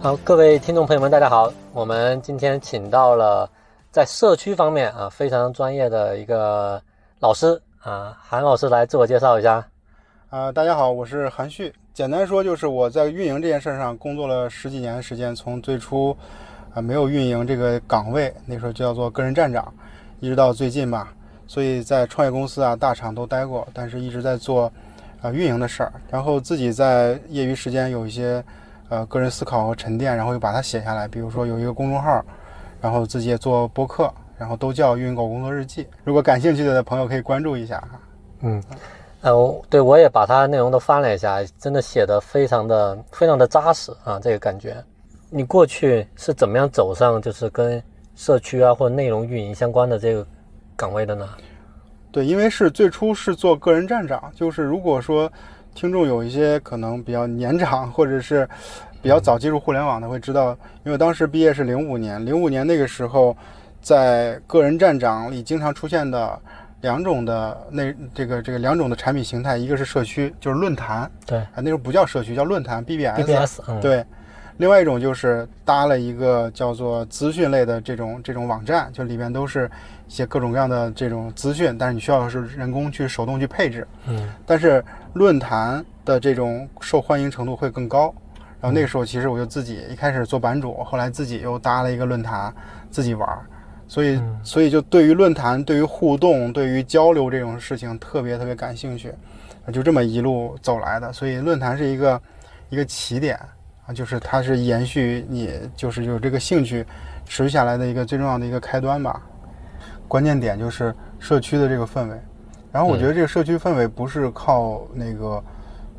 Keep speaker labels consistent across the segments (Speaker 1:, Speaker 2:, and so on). Speaker 1: 好，各位听众朋友们，大家好。我们今天请到了在社区方面啊非常专业的一个老师啊，韩老师来自我介绍一下。
Speaker 2: 啊、大家好，我是韩旭。简单说就是我在运营这件事儿上工作了十几年的时间，从最初啊、没有运营这个岗位，那时候就叫做个人站长，一直到最近吧。所以在创业公司啊、大厂都待过，但是一直在做啊、运营的事儿。然后自己在业余时间有一些呃个人思考和沉淀，然后又把它写下来。比如说有一个公众号，然后自己也做播客，然后都叫“运营狗工作日记”。如果感兴趣的朋友可以关注一下啊哈。
Speaker 1: 嗯，呃，我对我也把他内容都翻了一下，真的写的非常的非常的扎实啊，这个感觉。你过去是怎么样走上就是跟社区啊或者内容运营相关的这个岗位的呢？
Speaker 2: 对，因为是最初是做个人站长，就是如果说听众有一些可能比较年长或者是比较早接触互联网的，会知道，因为当时毕业是零五年，零五年那个时候，在个人站长里经常出现的两种的那这个这个两种的产品形态，一个是社区，就是论坛，
Speaker 1: 对
Speaker 2: 啊，那时候不叫社区，叫论坛 BBS，
Speaker 1: ，BBS，嗯，
Speaker 2: 对，另外一种就是搭了一个叫做资讯类的这种这种网站，就里边都是一些各种各样的这种资讯，但是你需要是人工去手动去配置。
Speaker 1: 嗯，
Speaker 2: 但是论坛的这种受欢迎程度会更高。然后那个时候，其实我就自己一开始做版主，后来自己又搭了一个论坛，自己玩儿。所以，所以就对于论坛、对于互动、对于交流这种事情特别特别感兴趣，就这么一路走来的。所以论坛是一个一个起点啊，就是它是延续你就是有这个兴趣持续下来的一个最重要的一个开端吧。关键点就是社区的这个氛围。然后我觉得这个社区氛围不是靠那个、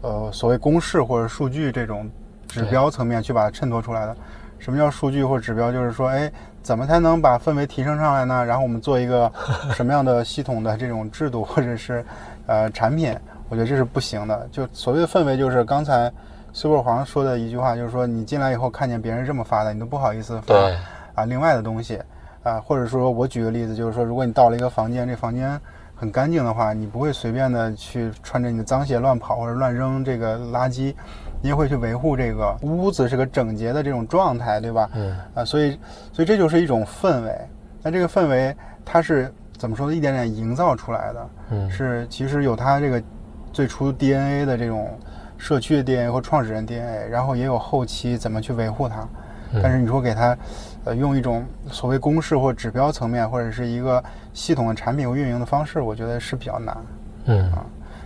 Speaker 2: 呃所谓公式或者数据这种指标层面去把它衬托出来的。什么叫数据或指标？就是说，哎，怎么才能把氛围提升上来呢？然后我们做一个什么样的系统的这种制度或者是呃产品？我觉得这是不行的。就所谓的氛围，就是刚才 Super 黄说的一句话，就是说你进来以后看见别人这么发的，你都不好意思发。
Speaker 1: 对，
Speaker 2: 啊另外的东西啊，或者说我举个例子，就是说如果你到了一个房间，这房间很干净的话，你不会随便的去穿着你的脏鞋乱跑或者乱扔这个垃圾，你也会去维护这个屋子是个整洁的这种状态，对吧？
Speaker 1: 嗯，
Speaker 2: 啊，所以所以这就是一种氛围，那这个氛围它是怎么说，一点点营造出来的，
Speaker 1: 嗯
Speaker 2: 是其实有它这个最初 DNA 的这种社区的 DNA 或创始人 DNA，然后也有后期怎么去维护它。
Speaker 1: 嗯
Speaker 2: 但是你说给它，呃，用一种所谓公式或指标层面，或者是一个系统的产品和运营的方式，我觉得是比较难。
Speaker 1: 嗯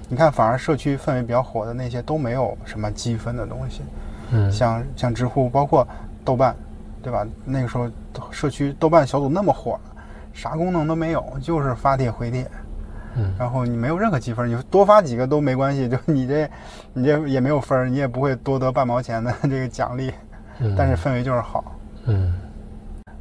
Speaker 2: 你看，反而社区氛围比较火的那些都没有什么积分的东西，
Speaker 1: 嗯，
Speaker 2: 像像知乎，包括豆瓣，对吧？那个时候社区豆瓣小组那么火了，啥功能都没有，就是发帖回帖。
Speaker 1: 嗯，
Speaker 2: 然后你没有任何积分，你多发几个都没关系，就你这你这也没有分儿，你也不会多得半毛钱的 这个奖励，
Speaker 1: 嗯
Speaker 2: 但是氛围就是好。
Speaker 1: 嗯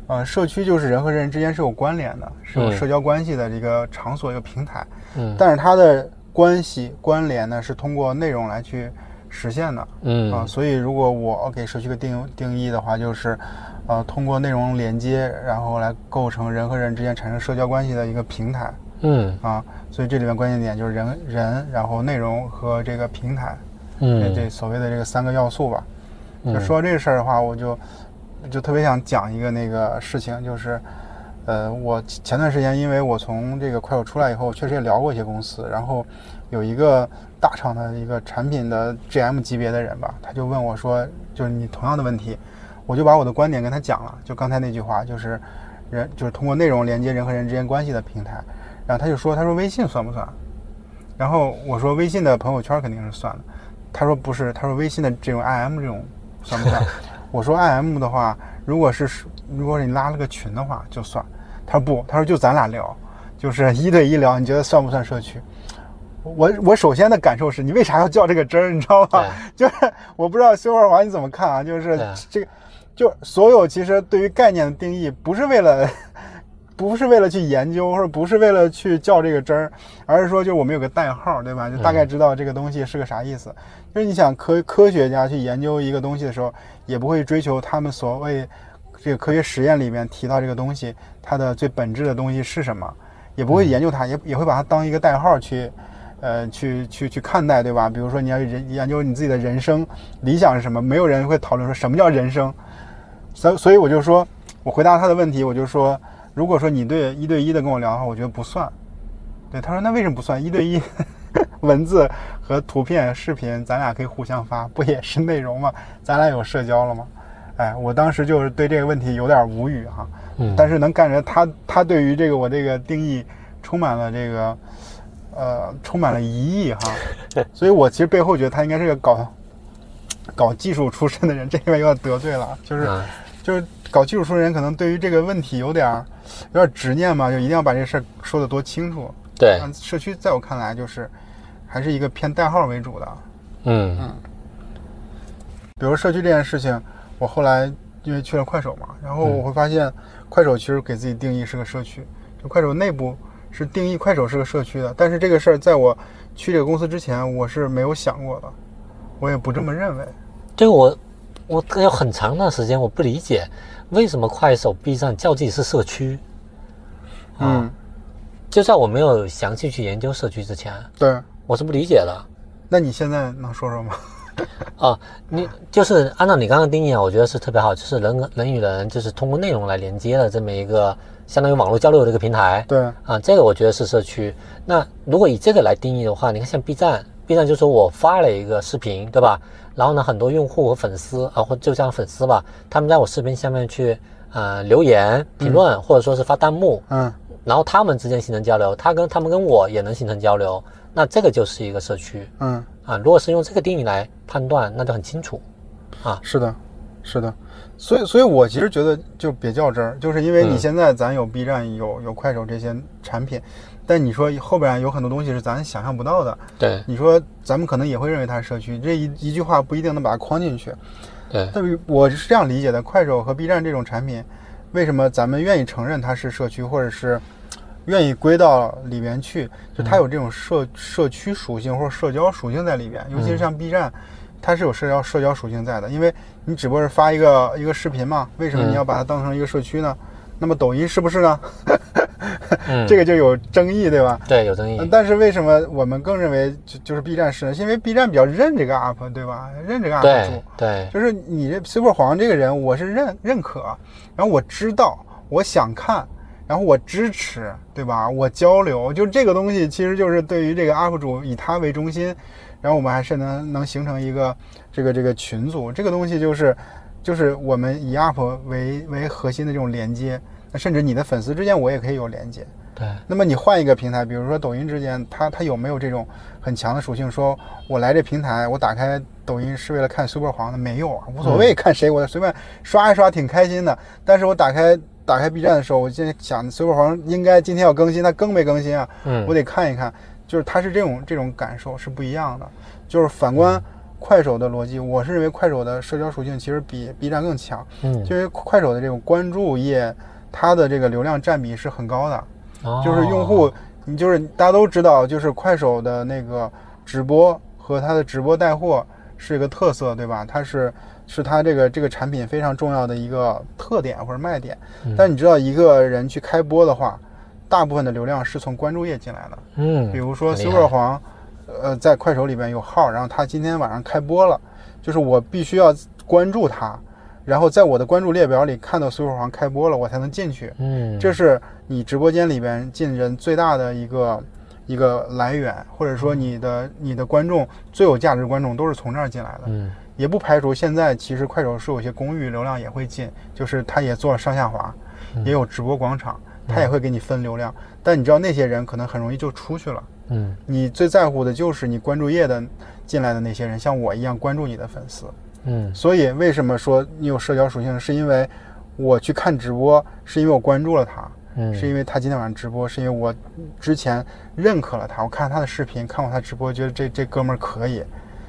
Speaker 2: 呃，社区就是人和人之间是有关联的，是有
Speaker 1: 嗯
Speaker 2: 社交关系的这个场所、一个平台。
Speaker 1: 嗯
Speaker 2: 但是它的关系关联呢，是通过内容来去实现的啊、
Speaker 1: 嗯
Speaker 2: 所以，如果我给社区个定定义的话，就是，呃，通过内容连接，然后来构成人和人之间产生社交关系的一个平台
Speaker 1: 嗯
Speaker 2: 啊。所以这里面关键点就是人、人，然后内容和这个平台，这
Speaker 1: 嗯，
Speaker 2: 这所谓的这个三个要素吧。
Speaker 1: 嗯
Speaker 2: 就说这个事儿的话，我就就特别想讲一个那个事情，就是呃，我前段时间因为我从这个快手出来以后，确实也聊过一些公司，然后有一个大厂的一个产品的 GM 级别的人吧，他就问我说，就是你同样的问题，我就把我的观点跟他讲了，就刚才那句话，就是人就是通过内容连接人和人之间关系的平台，然后他就说，他说微信算不算？然后我说微信的朋友圈肯定是算的，他说不是，他说微信的这种 IM 这种算不算？我说 IM 的话，如果是如果你拉了个群的话就算。他说不，他说就咱俩聊，就是 一对一聊，你觉得算不算社区？我我首先的感受是你为啥要叫这个真儿，你知道吧？就是我不知道修二华你怎么看啊？就是
Speaker 1: 对
Speaker 2: 这个，就所有其实对于概念的定义，不是为了不是为了去研究，或者不是为了去较这个真儿，而是说就是我们有个代号，对吧？就大概知道这个东西是个啥意思。就是你想科科学家去研究一个东西的时候，也不会追求他们所谓这个科学实验里面提到这个东西它的最本质的东西是什么，也不会研究它，也也会把它当一个代号去。呃，去去去看待，对吧？比如说你要人研究你自己的人生理想是什么，没有人会讨论说什么叫人生。所以所以我就说，我回答他的问题，我就说，如果说你对一对一的跟我聊的话，我觉得不算。对，他说那为什么不算一对一？ 文字和图片、视频，咱俩可以互相发，不也是内容吗？咱俩有社交了吗？哎，我当时就是对这个问题有点无语哈，
Speaker 1: 嗯
Speaker 2: 但是能感觉他他对于这个我这个定义充满了这个呃充满了疑义哈，所以我其实背后觉得他应该是个搞搞技术出身的人，这个有点得罪了，就是
Speaker 1: 啊
Speaker 2: 就是搞技术出身人可能对于这个问题有点儿有点儿执念嘛，就一定要把这事儿说得多清楚。
Speaker 1: 对，
Speaker 2: 嗯，社区在我看来就是还是一个偏代号为主的。
Speaker 1: 嗯
Speaker 2: 比如社区这件事情，我后来因为去了快手嘛，然后我会发现，快手其实给自己定义是个社区，就快手内部是定义快手是个社区的。但是这个事儿在我去这个公司之前，我是没有想过的，我也不这么认为。
Speaker 1: 这个我我有很长一段时间我不理解，为什么快手、B 站叫自己是社区？
Speaker 2: 嗯，
Speaker 1: 就在我没有详细去研究社区之前，
Speaker 2: 对。
Speaker 1: 我是不理解的。
Speaker 2: 那你现在能说说吗？
Speaker 1: 啊，你就是按照你刚刚的定义啊，我觉得是特别好，就是人跟人与人就是通过内容来连接的这么一个相当于网络交流的一个平台。
Speaker 2: 对，
Speaker 1: 啊，这个我觉得是社区。那如果以这个来定义的话，你看像 B 站，B 站就说我发了一个视频，对吧？然后呢，很多用户和粉丝啊，或就像粉丝吧，他们在我视频下面去呃留言、评论，或者说是发弹幕，
Speaker 2: 嗯，
Speaker 1: 然后他们之间形成交流，他跟他们跟我也能形成交流，那这个就是一个社区
Speaker 2: 嗯，
Speaker 1: 啊。如果是用这个定义来判断，那就很清楚。
Speaker 2: 是的，是的。所以，所以我其实觉得就别较真儿，就是因为你
Speaker 1: 嗯
Speaker 2: 现在咱有 B 站、有有快手这些产品，但你说后边有很多东西是咱想象不到的，
Speaker 1: 对
Speaker 2: 你说咱们可能也会认为它是社区，这一一句话不一定能把它框进去。
Speaker 1: 对
Speaker 2: 但是我是这样理解的：快手和 B 站这种产品，为什么咱们愿意承认它是社区，或者是愿意归到里面去？就
Speaker 1: 嗯
Speaker 2: 它有这种社、社区属性或者社交属性在里边，尤
Speaker 1: 嗯
Speaker 2: 其是像 B 站。它是有社交社交属性在的，因为你只不过是发一个一个视频嘛，为什么你要把它当成一个社区呢？那么抖音是不是呢？
Speaker 1: 嗯
Speaker 2: 这个就有争议，对吧？
Speaker 1: 对有争议
Speaker 2: 嗯，。但是为什么我们更认为就就是 B 站是呢？是因为 B 站比较认这个 UP，对吧？认这个 UP
Speaker 1: 对
Speaker 2: 主，
Speaker 1: 对
Speaker 2: 就是你这 Super 黄这个人，我是认认可，然后我知道，我想看，然后我支持，对吧？我交流，就这个东西其实就是对于这个 UP 主以他为中心，然后我们还是能能形成一个这个这个群组，这个东西就是就是我们以 UP 为为核心的这种连接，那甚至你的粉丝之间我也可以有连接。
Speaker 1: 对，
Speaker 2: 那么你换一个平台，比如说抖音之间，它它有没有这种很强的属性？说我来这平台，我打开抖音是为了看 Super 黄的，没有啊，无所
Speaker 1: 嗯
Speaker 2: 谓看谁，我随便刷一刷，挺开心的。但是我打开打开 B 站的时候，我今天想 Super 黄应该今天要更新，它更没更新啊？
Speaker 1: 嗯
Speaker 2: 我得看一看，就是它是这种这种感受是不一样的。就是反观
Speaker 1: 嗯
Speaker 2: 快手的逻辑，我是认为快手的社交属性其实比 B 站更强，
Speaker 1: 嗯，
Speaker 2: 因为快手的这种关注页，它的这个流量占比是很高的。就是用
Speaker 1: 哦
Speaker 2: 户，你就是大家都知道，就是快手的那个直播和它的直播带货是一个特色，对吧？它是是它这个这个产品非常重要的一个特点或者卖点。
Speaker 1: 嗯
Speaker 2: 但你知道，一个人去开播的话，大部分的流量是从关注页进来的。
Speaker 1: 嗯，
Speaker 2: 比如说
Speaker 1: 很厉
Speaker 2: Super
Speaker 1: 害
Speaker 2: 黄，呃，在快手里边有号，然后他今天晚上开播了，就是我必须要关注他，然后在我的关注列表里看到 Super 黄开播了，我才能进去。
Speaker 1: 嗯，
Speaker 2: 这是你直播间里边进人最大的一个一个来源，或者说你的你的观众最有价值的观众都是从这儿进来的，
Speaker 1: 嗯
Speaker 2: 也不排除现在其实快手是有些公域流量也会进，就是它也做了上下滑，也有直播广场，它也会给你分流量，但你知道那些人可能很容易就出去了。
Speaker 1: 嗯
Speaker 2: 你最在乎的就是你关注页的进来的那些人，像我一样关注你的粉丝。
Speaker 1: 嗯
Speaker 2: 所以为什么说你有社交属性，是因为我去看直播，是因为我关注了他，
Speaker 1: 嗯，
Speaker 2: 是因为他今天晚上直播，是因为我之前认可了他，我看他的视频，看过他直播，觉得这这哥们儿可以，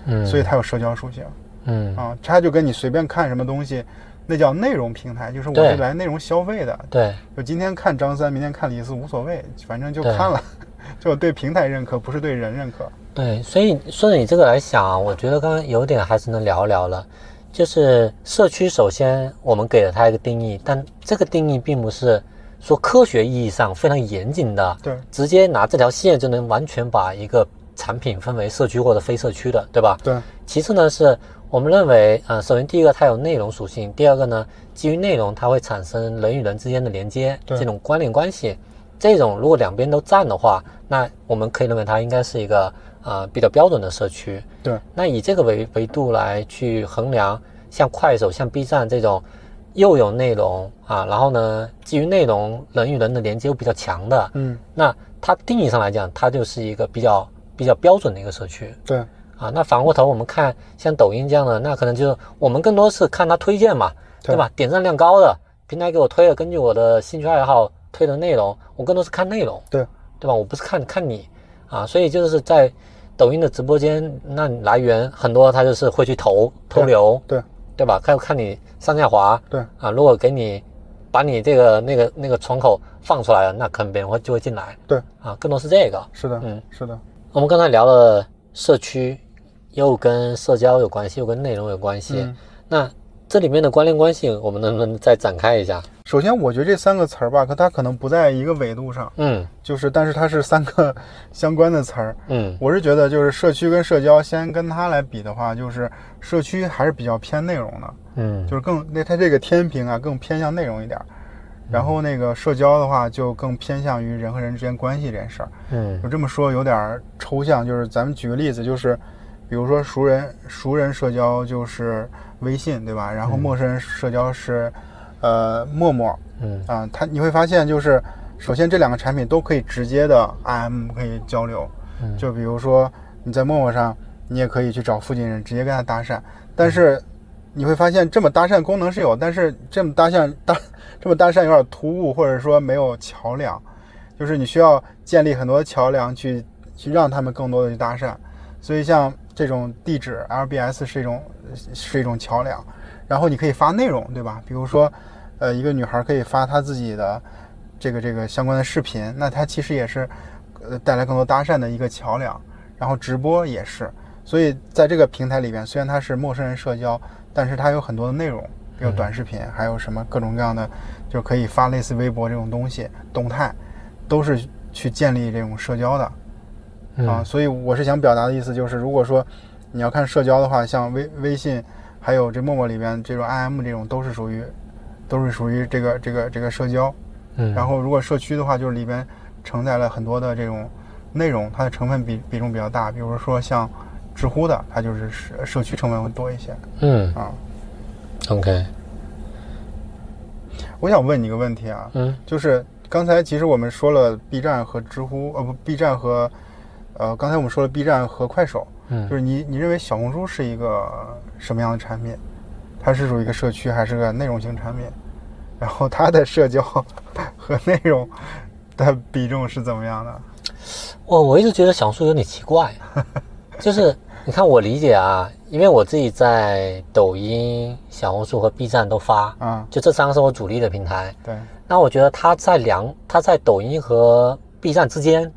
Speaker 1: 嗯，
Speaker 2: 所以他有社交属性
Speaker 1: 嗯
Speaker 2: 啊。他就跟你随便看什么东西，那叫内容平台，就是我
Speaker 1: 对
Speaker 2: 是来内容消费的，
Speaker 1: 对
Speaker 2: 就今天看张三，明天看李四无所谓，反正就
Speaker 1: 对
Speaker 2: 看了， 就对平台认可，不是对人认可。
Speaker 1: 对，所以顺着你这个来想啊，我觉得刚刚有点还是能聊一聊了。就是社区，首先我们给了它一个定义，但这个定义并不是说科学意义上非常严谨的，
Speaker 2: 对
Speaker 1: 直接拿这条线就能完全把一个产品分为社区或者非社区的，对吧？
Speaker 2: 对，
Speaker 1: 其次呢，是我们认为，呃，首先第一个它有内容属性，第二个呢，基于内容它会产生人与人之间的连接，
Speaker 2: 对
Speaker 1: 这种关联关系。这种如果两边都占的话，那我们可以认为它应该是一个呃比较标准的社区。
Speaker 2: 对，
Speaker 1: 那以这个维维度来去衡量，像快手、像 B 站这种又有内容啊，然后呢，基于内容人与人的连接又比较强的，
Speaker 2: 嗯，
Speaker 1: 那它定义上来讲，它就是一个比较比较标准的一个社区。
Speaker 2: 对，
Speaker 1: 啊，那反过头我们看像抖音这样的，那可能就是我们更多是看它推荐嘛，对
Speaker 2: 对
Speaker 1: 吧？点赞量高的平台给我推了，根据我的兴趣爱好推的内容，我更多是看内容，
Speaker 2: 对
Speaker 1: 对吧？我不是看看你啊，所以就是在抖音的直播间，那你来源很多，他就是会去投投
Speaker 2: 对
Speaker 1: 流，
Speaker 2: 对
Speaker 1: 对吧？看看你上下滑，
Speaker 2: 对
Speaker 1: 啊，如果给你把你这个那个那个窗口放出来了，那可能别人会就会进来，
Speaker 2: 对
Speaker 1: 啊，更多是这个，
Speaker 2: 是的，
Speaker 1: 嗯
Speaker 2: 是的，
Speaker 1: 我们刚才聊了社区，又跟社交有关系，又跟内容有关系。
Speaker 2: 嗯
Speaker 1: 那这里面的关联关系，我们能不能再展开一下？
Speaker 2: 首先，我觉得这三个词儿吧，可它可能不在一个维度上，
Speaker 1: 嗯
Speaker 2: 就是，但是它是三个相关的词儿。
Speaker 1: 嗯
Speaker 2: 我是觉得，就是社区跟社交，先跟它来比的话，就是社区还是比较偏内容的，
Speaker 1: 嗯
Speaker 2: 就是更那它这个天平啊，更偏向内容一点儿。然后那个社交的话，就更偏向于人和人之间关系这件事儿。
Speaker 1: 嗯
Speaker 2: 我这么说有点儿抽象，就是咱们举个例子，就是比如说熟人熟人社交就是微信，对吧？然后陌生人社交是、呃陌陌
Speaker 1: 嗯
Speaker 2: 啊、它你会发现就是，首先这两个产品都可以直接的 IM 可以交流，
Speaker 1: 嗯
Speaker 2: 就比如说你在陌陌上，你也可以去找附近人直接跟他搭讪，但
Speaker 1: 嗯
Speaker 2: 是你会发现这么搭讪功能是有，但是这么搭讪 搭这么搭讪有点突兀，或者说没有桥梁，就是你需要建立很多桥梁去去让他们更多的去搭讪，所以像这种地址 LBS 是一种是一种桥梁，然后你可以发内容，对吧？比如说，呃，一个女孩可以发她自己的这个这个相关的视频，那它其实也是呃带来更多搭讪的一个桥梁。然后直播也是，所以在这个平台里边，虽然它是陌生人社交，但是它有很多的内容，比如短视频，还有什么各种各样的，就可以发类似微博这种东西，动态，都是去建立这种社交的。啊，
Speaker 1: 嗯
Speaker 2: 所以我是想表达的意思就是，如果说你要看社交的话，像微微信，还有这陌陌里边这种 IM 这种，都是属于都是属于这个这个这个社交。
Speaker 1: 嗯，
Speaker 2: 然后如果社区的话，就是里边承载了很多的这种内容，它的成分比比重比较大。比如说像知乎的，它就是社社区成分会多一些
Speaker 1: 嗯
Speaker 2: 啊。
Speaker 1: OK
Speaker 2: 我想问你一个问题啊，
Speaker 1: 嗯
Speaker 2: 就是刚才其实我们说了 B 站和知乎，呃不，B 站和呃刚才我们说了 B 站和快手。就
Speaker 1: 嗯
Speaker 2: 是你你认为小红书是一个什么样的产品？它是属于一个社区还是个内容型产品？然后它的社交 和内容的比重是怎么样的？
Speaker 1: 我我一直觉得小树有点奇怪，啊 就是你看我理解啊，因为我自己在抖音、小红书和 B 站都发，
Speaker 2: 啊，
Speaker 1: 就这三个是我主力的平台。
Speaker 2: 对，
Speaker 1: 那我觉得它在两，它在抖音和 B 站之间，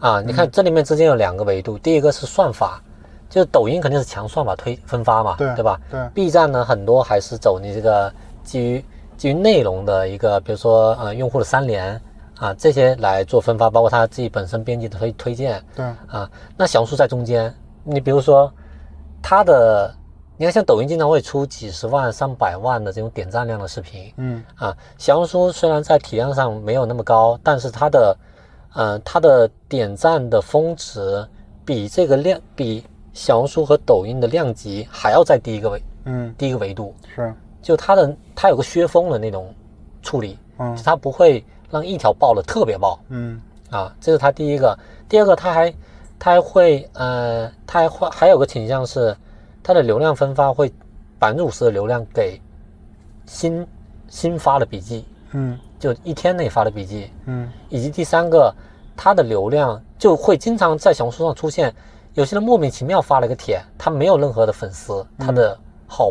Speaker 1: 啊，你看这里面之间有两个维度，第一个是算法，就是抖音肯定是强算法推分发嘛，
Speaker 2: 对
Speaker 1: 吧
Speaker 2: 对
Speaker 1: ？B 站呢，很多还是走你这个基于基于内容的一个，比如说呃用户的三连啊这些来做分发，包括它自己本身编辑的推推荐，
Speaker 2: 对，
Speaker 1: 啊，那小红书在中间，你比如说它的，你看像抖音经常会出几十万、上百万的这种点赞量的视频
Speaker 2: 嗯，
Speaker 1: 啊，小红书虽然在体量上没有那么高，但是它的，呃，它的点赞的峰值比这个量比小红书和抖音的量级还要再低一个维
Speaker 2: 嗯，
Speaker 1: 低一个维度，
Speaker 2: 是，
Speaker 1: 就它的它有个削峰的那种处理，
Speaker 2: 嗯
Speaker 1: 就它不会让一条爆了特别爆。
Speaker 2: 嗯，
Speaker 1: 啊，这是他第一个。第二个，他还他还会呃，他还会还有个倾向是，他的流量分发会百分之五十的流量给新新发的笔记，
Speaker 2: 嗯，
Speaker 1: 就一天内发的笔记，
Speaker 2: 嗯，
Speaker 1: 以及第三个，它的流量就会经常在小红书上出现，有些人莫名其妙发了一个帖，他没有任何的粉丝，他的好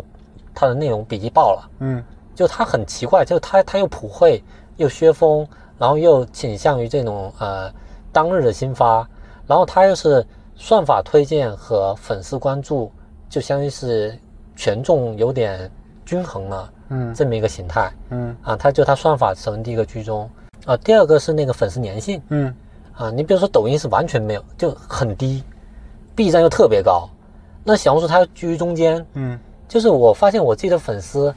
Speaker 1: 他的内容笔记爆了。
Speaker 2: 嗯，
Speaker 1: 就他很奇怪，就他他又普惠又削峰，然后又倾向于这种呃当日的新发，然后他又是算法推荐和粉丝关注，就相当于是权重有点均衡了
Speaker 2: 嗯，
Speaker 1: 这么一个形态
Speaker 2: 嗯，
Speaker 1: 啊，他就他算法成为第一个居中啊，第二个是那个粉丝粘性
Speaker 2: 嗯，
Speaker 1: 啊。你比如说抖音是完全没有，就很低，B 站又特别高，那小红书它居于中间。
Speaker 2: 嗯
Speaker 1: 就是我发现我自己的粉丝，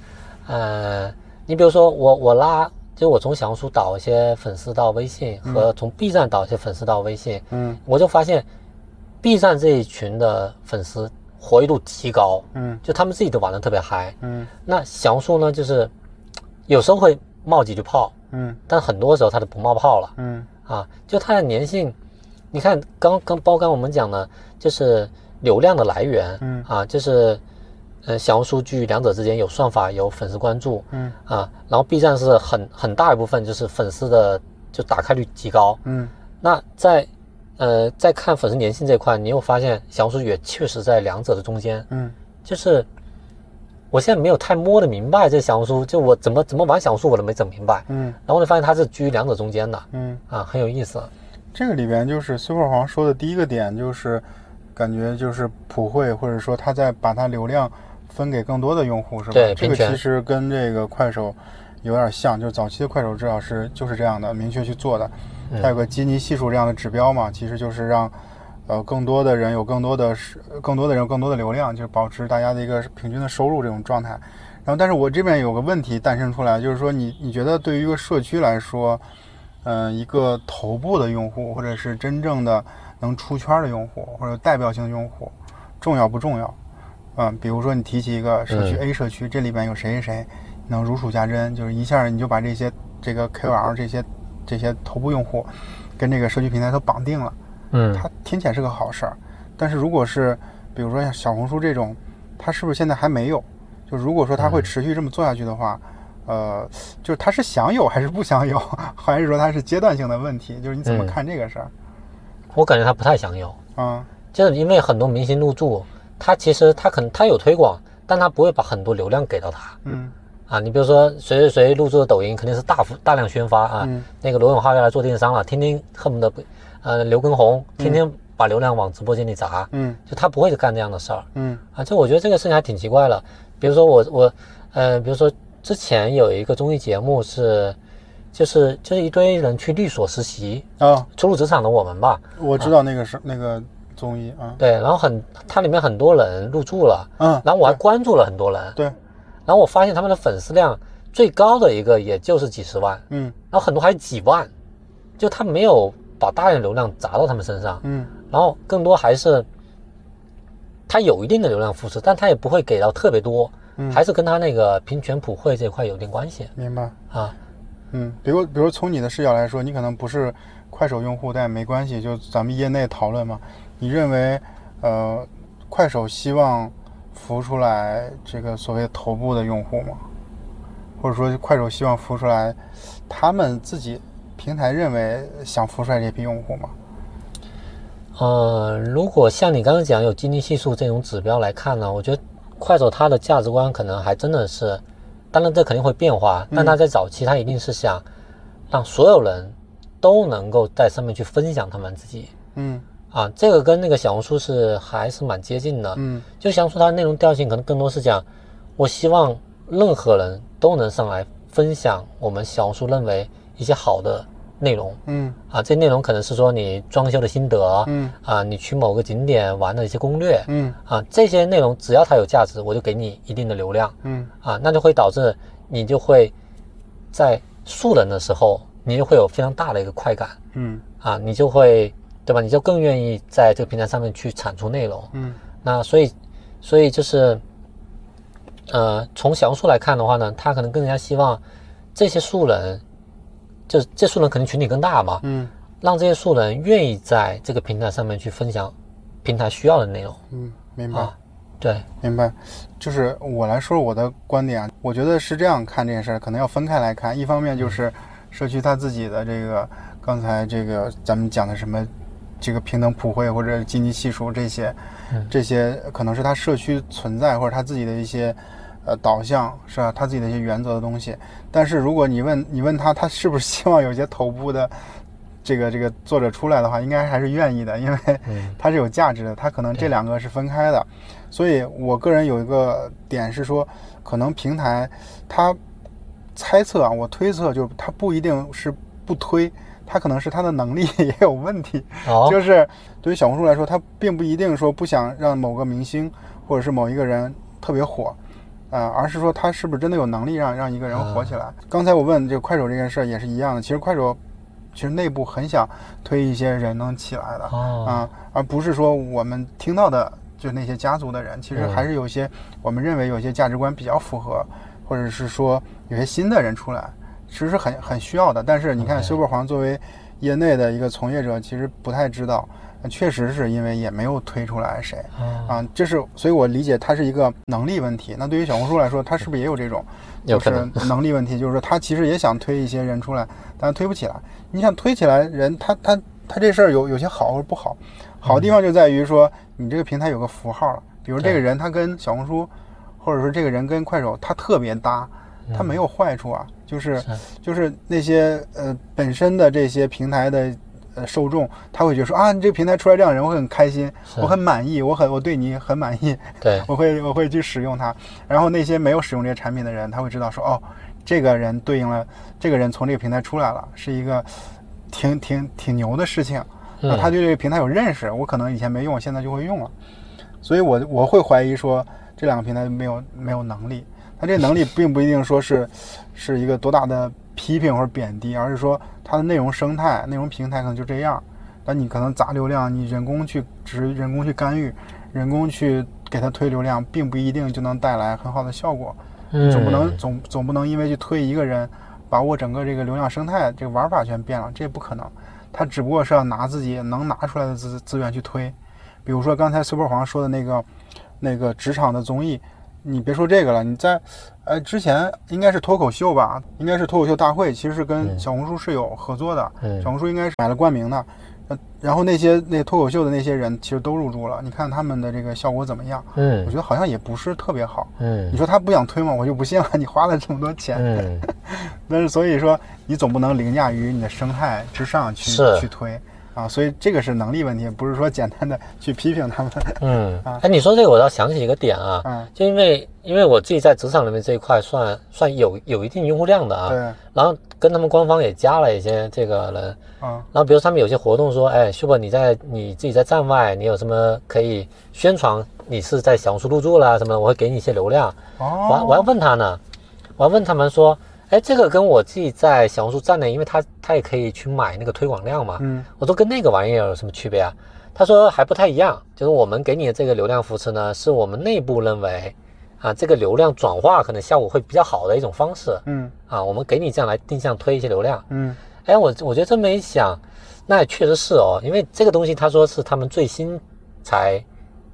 Speaker 1: 呃，你比如说我我拉，就是我从小红书导一些粉丝到微信，和从 B 站导一些粉丝到微信，
Speaker 2: 嗯
Speaker 1: 我就发现 B 站这一群的粉丝活跃度极高，
Speaker 2: 嗯
Speaker 1: 就他们自己都玩的特别嗨。
Speaker 2: 嗯
Speaker 1: 那小红书呢，就是有时候会冒几句泡，
Speaker 2: 嗯
Speaker 1: 但很多时候它就不冒泡了。
Speaker 2: 嗯
Speaker 1: 啊，就它的粘性，你看刚刚包刚我们讲的，就是流量的来源，
Speaker 2: 嗯
Speaker 1: 啊，就是呃小红书据两者之间有算法，有粉丝关注
Speaker 2: 嗯
Speaker 1: 啊，然后 B 站是很很大一部分就是粉丝的就打开率极高。
Speaker 2: 嗯
Speaker 1: 那在呃在看粉丝粘性这块，你又发现小红书也确实在两者的中间，
Speaker 2: 嗯
Speaker 1: 就是。我现在没有太摸得明白这小红书，就我怎么怎么玩小红书我都没整明白，
Speaker 2: 嗯
Speaker 1: 然后我就发现它是居于两者中间的
Speaker 2: 嗯，
Speaker 1: 啊，很有意思。
Speaker 2: 这个里边就是 Super 黄说的第一个点，就是感觉就是普惠，或者说他在把它流量分给更多的用户，是吧？
Speaker 1: 对
Speaker 2: 这
Speaker 1: 平
Speaker 2: 个
Speaker 1: 权
Speaker 2: 其实跟这个快手有点像，就是早期的快手至少是就是这样的，明确去做的。
Speaker 1: 嗯
Speaker 2: 它有个基尼系数这样的指标嘛，其实就是让呃更多的人有更多的是更多的人有更多的流量，就是保持大家的一个平均的收入这种状态。然后，但是我这边有个问题诞生出来，就是说你你觉得对于一个社区来说，嗯、一个头部的用户，或者是真正的能出圈的用户，或者有代表性的用户，重要不重要？嗯，比如说你提起一个社区
Speaker 1: 嗯
Speaker 2: A 社区，这里边有谁谁谁，能如数家珍，就是一下你就把这些这个 KOL 这些这些头部用户跟这个社区平台都绑定了，
Speaker 1: 嗯
Speaker 2: 它听起来是个好事儿。但是如果是比如说像小红书这种，它是不是现在还没有？就如果说
Speaker 1: 嗯
Speaker 2: 它会持续这么做下去的话，呃，就是它是想有还是不想有， 还是说它是阶段性的问题？就是你怎么
Speaker 1: 嗯
Speaker 2: 看这个事儿？，
Speaker 1: 我感觉他不太想有，
Speaker 2: 啊，
Speaker 1: 就是因为很多明星入驻，他其实他可能他有推广，但他不会把很多流量给到他
Speaker 2: 嗯
Speaker 1: 啊。你比如说谁谁谁入驻的抖音，肯定是大幅大量宣发啊。
Speaker 2: 嗯
Speaker 1: 那个罗永浩要来做电商了，天天恨不得不呃刘畊宏天天把流量往直播间里砸，
Speaker 2: 嗯
Speaker 1: 就他不会干这样的事儿
Speaker 2: 嗯
Speaker 1: 啊。就我觉得这个事情还挺奇怪的。比如说我我呃，比如说之前有一个综艺节目是，就是就是一堆人去律所实习，
Speaker 2: 啊，
Speaker 1: 初入职场的我们吧，
Speaker 2: 我知道那个是、那个综艺啊，
Speaker 1: 对，然后很，它里面很多人入驻了，
Speaker 2: 嗯，
Speaker 1: 然后我还关注了很多人，
Speaker 2: 对，
Speaker 1: 然后我发现他们的粉丝量最高的一个也就是几十万，
Speaker 2: 嗯
Speaker 1: 然后很多还是几万，就他没有把大量流量砸到他们身上，
Speaker 2: 嗯
Speaker 1: 然后更多还是他有一定的流量扶持，但他也不会给到特别多，
Speaker 2: 嗯，
Speaker 1: 还是跟他那个平权普惠这块有点关系
Speaker 2: 明白。
Speaker 1: 啊，
Speaker 2: 嗯，比如比如从你的视角来说，你可能不是快手用户，但也没关系，就咱们业内讨论嘛。你认为，呃，快手希望孵出来这个所谓头部的用户吗？或者说，快手希望孵出来他们自己平台认为想孵出来这批用户吗？
Speaker 1: 呃，如果像你刚刚讲有经济系数这种指标来看呢，我觉得快手它的价值观可能还真的是，当然这肯定会变化，但它在早期它一定是想让所有人都能够在上面去分享他们自己
Speaker 2: 嗯
Speaker 1: 啊，这个跟那个小红书是还是蛮接近的。
Speaker 2: 嗯
Speaker 1: 就小红书它的内容调性可能更多是讲，我希望任何人都能上来分享我们小红书认为一些好的内容
Speaker 2: 嗯
Speaker 1: 啊，这内容可能是说你装修的心得，
Speaker 2: 嗯
Speaker 1: 啊，你去某个景点玩的一些攻略
Speaker 2: 嗯
Speaker 1: 啊，这些内容只要它有价值，我就给你一定的流量
Speaker 2: 嗯
Speaker 1: 啊，那就会导致你就会在素人的时候，你就会有非常大的一个快感
Speaker 2: 嗯
Speaker 1: 啊，你就会对吧？你就更愿意在这个平台上面去产出内容。
Speaker 2: 嗯
Speaker 1: 那所以，所以就是，呃，从小红书来看的话呢，他可能更加希望这些素人，就是这素人肯定群体更大嘛，
Speaker 2: 嗯
Speaker 1: 让这些素人愿意在这个平台上面去分享平台需要的内容
Speaker 2: 嗯，明白。
Speaker 1: 啊。对，
Speaker 2: 明白，就是我来说我的观点啊，我觉得是这样看这件事儿，可能要分开来看。一方面就是社区它自己的这个，刚才这个咱们讲的什么，这个平等普惠或者经济系数这些，这些可能是它社区存在或者它自己的一些呃导向是吧？它自己的一些原则的东西。但是如果你问你问他，他是不是希望有一些头部的这个这个作者出来的话，应该还是愿意的，因为它是有价值的。它可能这两个是分开的，所以我个人有一个点是说，可能平台它猜测啊，我推测就是它不一定是不推，他可能是他的能力 也有问题，
Speaker 1: 哦，
Speaker 2: 就是对于小红书来说，他并不一定说不想让某个明星或者是某一个人特别火，呃，而是说他是不是真的有能力让让一个人火起来。刚才我问这个快手这件事儿也是一样的，其实快手其实内部很想推一些人能起来的，
Speaker 1: 哦，
Speaker 2: 啊，而不是说我们听到的就是那些家族的人，其实
Speaker 1: 嗯
Speaker 2: 还是有些我们认为有些价值观比较符合，或者是说有些新的人出来，其实是很很需要的。但是你看
Speaker 1: OK
Speaker 2: 修伯黄作为业内的一个从业者，其实不太知道，呃确实是因为也没有推出来谁
Speaker 1: 哦
Speaker 2: 啊，这是所以我理解它是一个能力问题。那对于小红书来说，它是不是也有这种？
Speaker 1: 有
Speaker 2: 就
Speaker 1: 可
Speaker 2: 是
Speaker 1: 能，
Speaker 2: 能力问题，就是说他其实也想推一些人出来，但推不起来。你想推起来人，他他他这事儿有有些好或者不好，好的地方就在于说你这个平台有个符号了，比如这个
Speaker 1: 嗯对
Speaker 2: 人他跟小红书，或者说这个人跟快手，他特别搭，他没有坏处啊，就是
Speaker 1: 嗯是
Speaker 2: 就是那些呃本身的这些平台的。呃，受众他会觉得说啊，你这个平台出来这样的人，我很开心，
Speaker 1: 是
Speaker 2: 我很满意，我很我对你很满意，
Speaker 1: 对，
Speaker 2: 我会我会去使用它。然后那些没有使用这些产品的人，他会知道说，哦，这个人对应了，这个人从这个平台出来了，是一个挺挺挺牛的事情。那
Speaker 1: 嗯
Speaker 2: 他对这个平台有认识，我可能以前没用，现在就会用了。所以我我会怀疑说，这两个平台没有没有能力。他这能力并不一定说是是一个多大的批评或者贬低，而是说它的内容生态、内容平台可能就这样。但你可能砸流量，你人工去只是人工去干预，人工去给它推流量，并不一定就能带来很好的效果。
Speaker 1: 嗯
Speaker 2: 总不能总总不能因为去推一个人，把握整个这个流量生态这个玩法全变了，这不可能。他只不过是要拿自己能拿出来的资资源去推，比如说刚才 Super 黄说的那个那个职场的综艺，你别说这个了，你在呃之前应该是脱口秀吧，应该是脱口秀大会，其实是跟
Speaker 1: 嗯
Speaker 2: 小红书是有合作的，
Speaker 1: 嗯
Speaker 2: 小红书应该是买了冠名的。呃然后那些那脱口秀的那些人其实都入驻了，你看他们的这个效果怎么样？我
Speaker 1: 嗯
Speaker 2: 觉得好像也不是特别好。你
Speaker 1: 嗯
Speaker 2: 说他不想推吗？我就不信了。你花了这么多钱，
Speaker 1: 嗯，
Speaker 2: 但是所以说你总不能凌驾于你的生态之上去
Speaker 1: 是
Speaker 2: 去推啊，所以这个是能力问题，不是说简单的去批评他们。
Speaker 1: 嗯
Speaker 2: 啊，
Speaker 1: 哎，你说这个我倒想起一个点啊，
Speaker 2: 嗯，
Speaker 1: 就因为因为我自己在职场里面这一块算算有有一定用户量的啊，
Speaker 2: 对，
Speaker 1: 然后跟他们官方也加了一些这个人，
Speaker 2: 啊，
Speaker 1: 然后比如他们有些活动说，哎，Super 你在你自己在站外，你有什么可以宣传你是在小红书入驻啦什么，我会给你一些流量。我还我还
Speaker 2: 哦，
Speaker 1: 问他呢，我还问他们说，哎，这个跟我自己在小红书站内，因为他他也可以去买那个推广量嘛，
Speaker 2: 嗯，
Speaker 1: 我说跟那个玩意儿有什么区别啊？他说还不太一样，就是我们给你的这个流量扶持呢，是我们内部认为啊，这个流量转化可能效果会比较好的一种方式
Speaker 2: 嗯，
Speaker 1: 啊，我们给你这样来定向推一些流量。
Speaker 2: 嗯，
Speaker 1: 哎，我我觉得这么一想，那也确实是哦，因为这个东西他说是他们最新才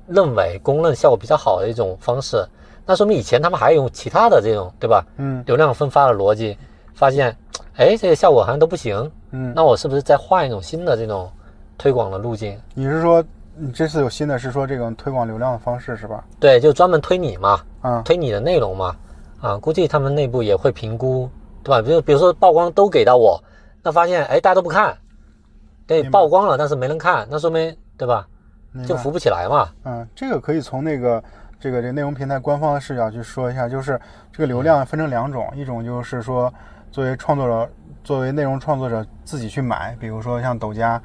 Speaker 1: 认为公认效果比较好的一种方式，那说明以前他们还有其他的这种对吧
Speaker 2: 嗯，
Speaker 1: 流量分发的逻辑，发现哎这些效果好像都不行，
Speaker 2: 嗯，
Speaker 1: 那我是不是再换一种新的这种推广的路径？
Speaker 2: 你是说你这次有新的是说这种推广流量的方式是吧？
Speaker 1: 对，就专门推你嘛，
Speaker 2: 啊，
Speaker 1: 推你的内容嘛，啊，估计他们内部也会评估，对吧？比如比如说曝光都给到我，那发现哎大家都不看，对，
Speaker 2: 明白
Speaker 1: 曝光了但是没人看，那说明对吧？
Speaker 2: 明
Speaker 1: 就
Speaker 2: 白
Speaker 1: 扶不起来嘛。
Speaker 2: 嗯，这个可以从那个这个这个内容平台官方的视角去说一下，就是这个流量分成两种，一种就是说作为创作者，作为内容创作者自己去买，比如说像抖加，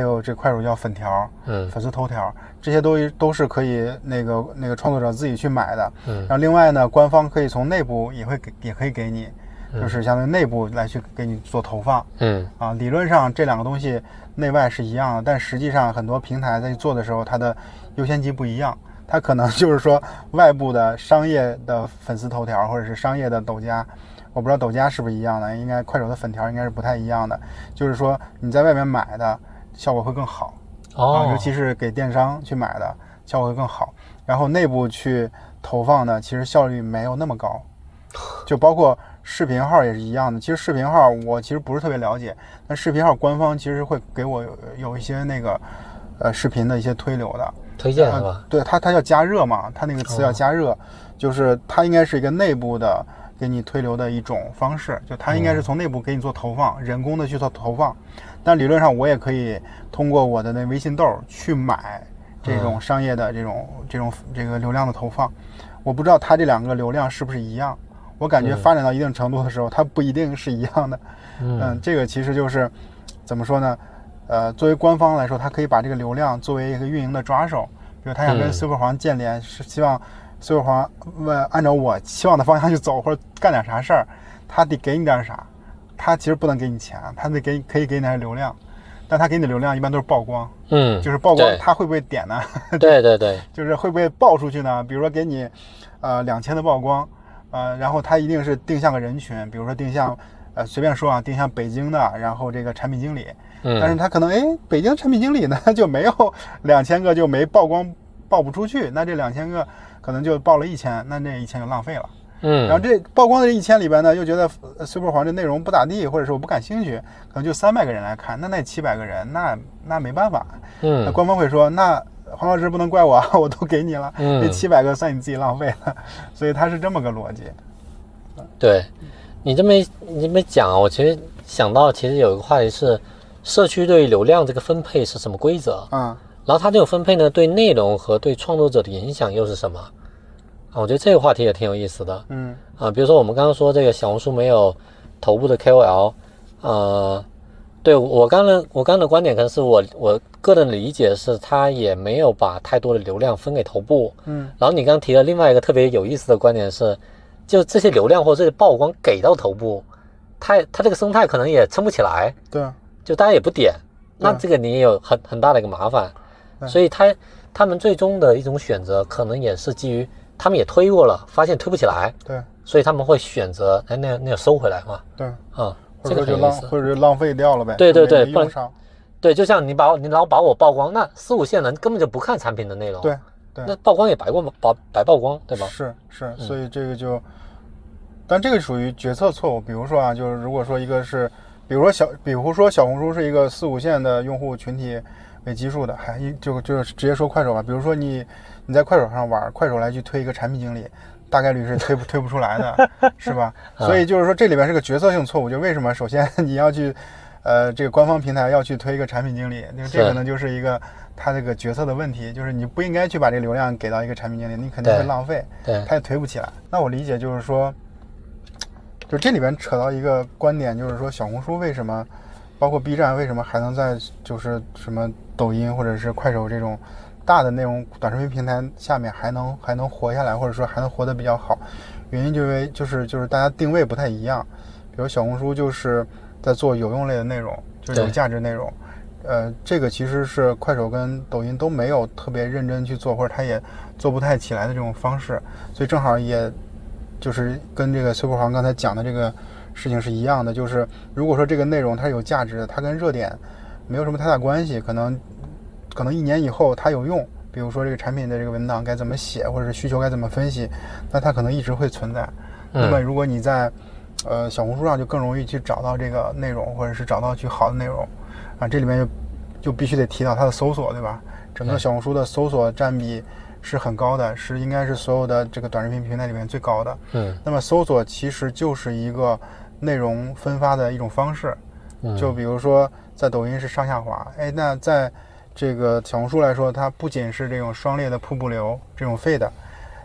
Speaker 1: 嗯
Speaker 2: 有这快手叫粉条、
Speaker 1: 嗯
Speaker 2: 粉丝头条，这些都都是可以那个那个创作者自己去买的。
Speaker 1: 嗯
Speaker 2: 然后另外呢，官方可以从内部也会给也可以给你，
Speaker 1: 嗯
Speaker 2: 就是相当于内部来去给你做投放。
Speaker 1: 嗯
Speaker 2: 啊，理论上这两个东西内外是一样的，但实际上很多平台在做的时候，它的优先级不一样。它可能 就是说，外部的商业的粉丝头条，或者是商业的抖加，我不知道抖加是不是一样的，应该快手的粉条应该是不太一样的。就是说你在外面买的效果会更好，啊，
Speaker 1: 哦
Speaker 2: 尤，其是给电商去买的效果会更好。然后内部去投放的，其实效率没有那么高。就包括视频号也是一样的。其实视频号我其实不是特别了解，但视频号官方其实会给我有有一些那个呃视频的一些推流的。
Speaker 1: 推荐是
Speaker 2: 呃
Speaker 1: 吧？哦
Speaker 2: 对，它它叫加热嘛，它那个词叫加热，就是它应该是一个内部的给你推流的一种方式，就它应
Speaker 1: 哦
Speaker 2: 该是从内部给你做投放，人工的去做投放。但理论上我也可以通过我的那微信豆儿去买这
Speaker 1: 嗯
Speaker 2: 种商业的这种、这种这个流量的投放。我不知道它这两个流量是不是一样，我感觉
Speaker 1: 嗯
Speaker 2: 发展到一定程度的时候，它不一定是一样的。
Speaker 1: 嗯
Speaker 2: 嗯，这个其实就是怎么说呢？呃，作为官方来说，它可以把这个流量作为一个运营的抓手，比如他想跟
Speaker 1: 嗯
Speaker 2: Super 黄建联，是希望 Super 黄问按照我期望的方向去走，或者干点啥事儿，他得给你点啥。他其实不能给你钱，他得给可以给你点流量，但他给你的流量一般都是曝光，
Speaker 1: 嗯，
Speaker 2: 就是曝光
Speaker 1: 对
Speaker 2: 他会不会点呢？
Speaker 1: 对对对，
Speaker 2: 就是会不会爆出去呢？比如说给你，呃，两千的曝光，呃，然后它一定是定向个人群，比如说定向，呃，随便说啊，定向北京的，然后这个产品经理，但是
Speaker 1: 嗯
Speaker 2: 他可能哎，北京产品经理呢就没有 两千个就没曝光爆不出去，那这两千个可能就爆了一千，那这一千就浪费了。然后
Speaker 1: 嗯，
Speaker 2: 这曝光的这一千里边呢，又觉得呃 Super 黄这内容不咋地，或者是我不感兴趣，可能就三百个人来看，那那七百个人，那那没办法，那
Speaker 1: 嗯，
Speaker 2: 官方会说，那黄老师不能怪我， 我都给你了，
Speaker 1: 嗯
Speaker 2: 这七百个算你自己浪费了，所以他是这么个逻辑。
Speaker 1: 对，你这么一你这么一讲啊，我其实想到其实有一个话题是，社区对流量这个分配是什么规则？
Speaker 2: 嗯
Speaker 1: 然后它这种分配呢，对内容和对创作者的影响又是什么？啊，我觉得这个话题也挺有意思的
Speaker 2: 嗯
Speaker 1: 啊。比如说我们刚刚说这个小红书没有头部的 KOL，呃，对我刚的我刚的观点可能是我我个人的理解是，它也没有把太多的流量分给头部。
Speaker 2: 嗯
Speaker 1: 然后你刚提了另外一个特别有意思的观点是，就这些流量或者这些曝光给到头部，它它这个生态可能也撑不起来，
Speaker 2: 对，
Speaker 1: 就大家也不点，那
Speaker 2: 对
Speaker 1: 这个你也有很很大的一个麻烦，
Speaker 2: 对
Speaker 1: 所以他他们最终的一种选择，可能也是基于他们也推过了，发现推不起来，
Speaker 2: 对
Speaker 1: 所以他们会选择哎那那收回来嘛，
Speaker 2: 对，
Speaker 1: 啊、
Speaker 2: 嗯或
Speaker 1: 这
Speaker 2: 者
Speaker 1: 个
Speaker 2: 说就
Speaker 1: 很有意
Speaker 2: 浪，
Speaker 1: 思。
Speaker 2: 或者就浪费掉了呗，
Speaker 1: 对对
Speaker 2: 就
Speaker 1: 对
Speaker 2: 没
Speaker 1: 哦
Speaker 2: 没
Speaker 1: 不然
Speaker 2: 用上，
Speaker 1: 对，就像你把我你老把我曝光，那四五线人根本就不看产品的内容，
Speaker 2: 对，
Speaker 1: 那曝光也白过白白曝光，对吧？嗯
Speaker 2: 是是，所以这个就，但这个属于决策错误。比如说啊，就是如果说一个是，比如说小，比如说小红书是一个四五线的用户群体为基数的，还一就就是直接说快手吧。比如说你你在快手上玩，快手来去推一个产品经理。大概率是推不推不出来的，是吧？所
Speaker 1: 嗯
Speaker 2: 以就是说，这里边是个决策性错误。就为什么首先你要去，呃，这个官方平台要去推一个产品经理，就这
Speaker 1: 是
Speaker 2: 可能就是一个他这个决策的问题，就是你不应该去把这流量给到一个产品经理，你肯定会
Speaker 1: 对
Speaker 2: 浪费。
Speaker 1: 对，
Speaker 2: 他也推不起来。那我理解就是说，就这里边扯到一个观点，就是说小红书为什么，包括 B 站为什么还能在就是什么抖音或者是快手这种大的内容短视频平台下面还能还能活下来，或者说还能活得比较好，原因就因为就是就是大家定位不太一样，比如小红书就是在做有用类的内容，就是有
Speaker 1: 对
Speaker 2: 价值内容。呃，这个其实是快手跟抖音都没有特别认真去做，或者它也做不太起来的这种方式，所以正好也就是跟这个崔国航刚才讲的这个事情是一样的，就是如果说这个内容它是有价值的，它跟热点没有什么太大关系，可能可能一年以后它有用，比如说这个产品的这个文档该怎么写，或者是需求该怎么分析，那它可能一直会存在。那么
Speaker 1: 嗯
Speaker 2: 如果你在呃小红书上就更容易去找到这个内容，或者是找到去好的内容啊，这里面就就必须得提到它的搜索，对吧？整个
Speaker 1: 对
Speaker 2: 小红书的搜索占比是很高的，是应该是所有的这个短视频平台里面最高的。
Speaker 1: 嗯
Speaker 2: 那么搜索其实就是一个内容分发的一种方式，
Speaker 1: 嗯，
Speaker 2: 就比如说在抖音是上下滑，哎，那在这个小红书来说，它不仅是这种双列的瀑布流这种 feed，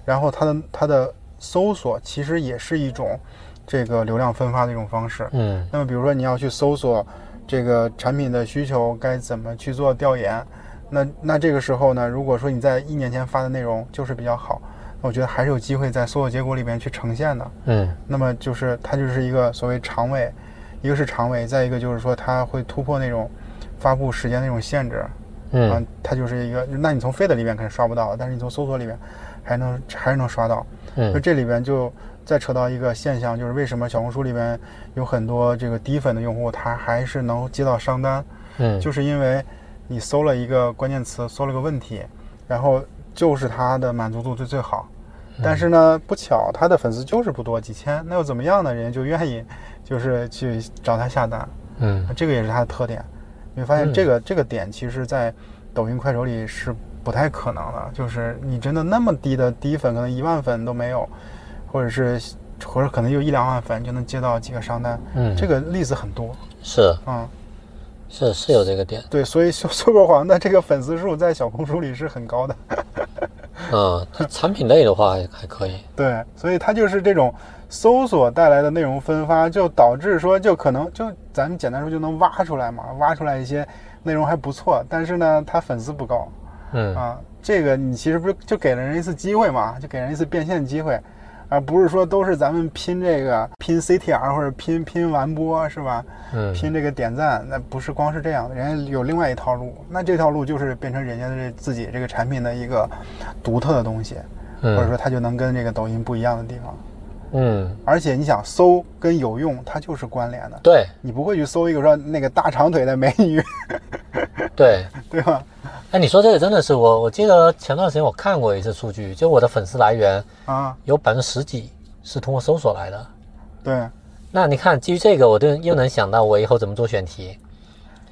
Speaker 2: 然后它的它的搜索其实也是一种这个流量分发的一种方式。
Speaker 1: 嗯
Speaker 2: 那么比如说你要去搜索这个产品的需求该怎么去做调研，那那这个时候呢，如果说你在一年前发的内容就是比较好，那我觉得还是有机会在搜索结果里面去呈现的。
Speaker 1: 嗯
Speaker 2: 那么就是它就是一个所谓长尾，一个是长尾，再一个就是说它会突破那种发布时间那种限制，啊
Speaker 1: 嗯，
Speaker 2: 它就是一个，那你从 feed 里面可能刷不到，但是你从搜索里面还能还是能刷到。那
Speaker 1: 嗯
Speaker 2: 这里边就再扯到一个现象，就是为什么小红书里边有很多这个低粉的用户，他还是能接到商单，
Speaker 1: 嗯，
Speaker 2: 就是因为你搜了一个关键词，搜了个问题，然后就是它的满足度最最好。
Speaker 1: 嗯
Speaker 2: 但是呢，不巧他的粉丝就是不多，几千，那又怎么样呢？人家就愿意就是去找他下单，
Speaker 1: 嗯
Speaker 2: 这个也是它的特点。你会发现
Speaker 1: 嗯
Speaker 2: 这个、这个点，其实在抖音、快手里是不太可能的，就是你真的那么低的低粉，可能一万粉都没有，或者是或者可能就一两万粉就能接到几个商单，
Speaker 1: 嗯，
Speaker 2: 这个例子很多
Speaker 1: 是
Speaker 2: 啊。嗯
Speaker 1: 是是有这个点，
Speaker 2: 对，所以秀秀波黄的这个粉丝数在小红书里是很高的。
Speaker 1: 嗯，它产品类的话还还可以，
Speaker 2: 对，所以它就是这种搜索带来的内容分发，就导致说，就可能就咱们简单说就能挖出来嘛，挖出来一些内容还不错，但是呢，它粉丝不高
Speaker 1: 嗯
Speaker 2: 啊。这个你其实不是就给了人一次机会嘛，就给人一次变现机会，而不是说都是咱们拼这个拼 CTR 或者拼拼完播是吧？
Speaker 1: 嗯
Speaker 2: 拼这个点赞，那不是光是这样的，人家有另外一套路，那这套路就是变成人家的这自己这个产品的一个独特的东西。或者
Speaker 1: 嗯
Speaker 2: 说它就能跟这个抖音不一样的地方。
Speaker 1: 嗯，
Speaker 2: 而且你想搜跟有用，它就是关联的，
Speaker 1: 对
Speaker 2: 你不会去搜一个说那个大长腿的美女，
Speaker 1: 对。
Speaker 2: 对吧？
Speaker 1: 哎，你说这个真的是我，我记得前段时间我看过一次数据，就我的粉丝来源
Speaker 2: 啊，
Speaker 1: 有百分之十几是通过搜索来的。
Speaker 2: 对，
Speaker 1: 那你看，基于这个，我就又能想到我以后怎么做选题。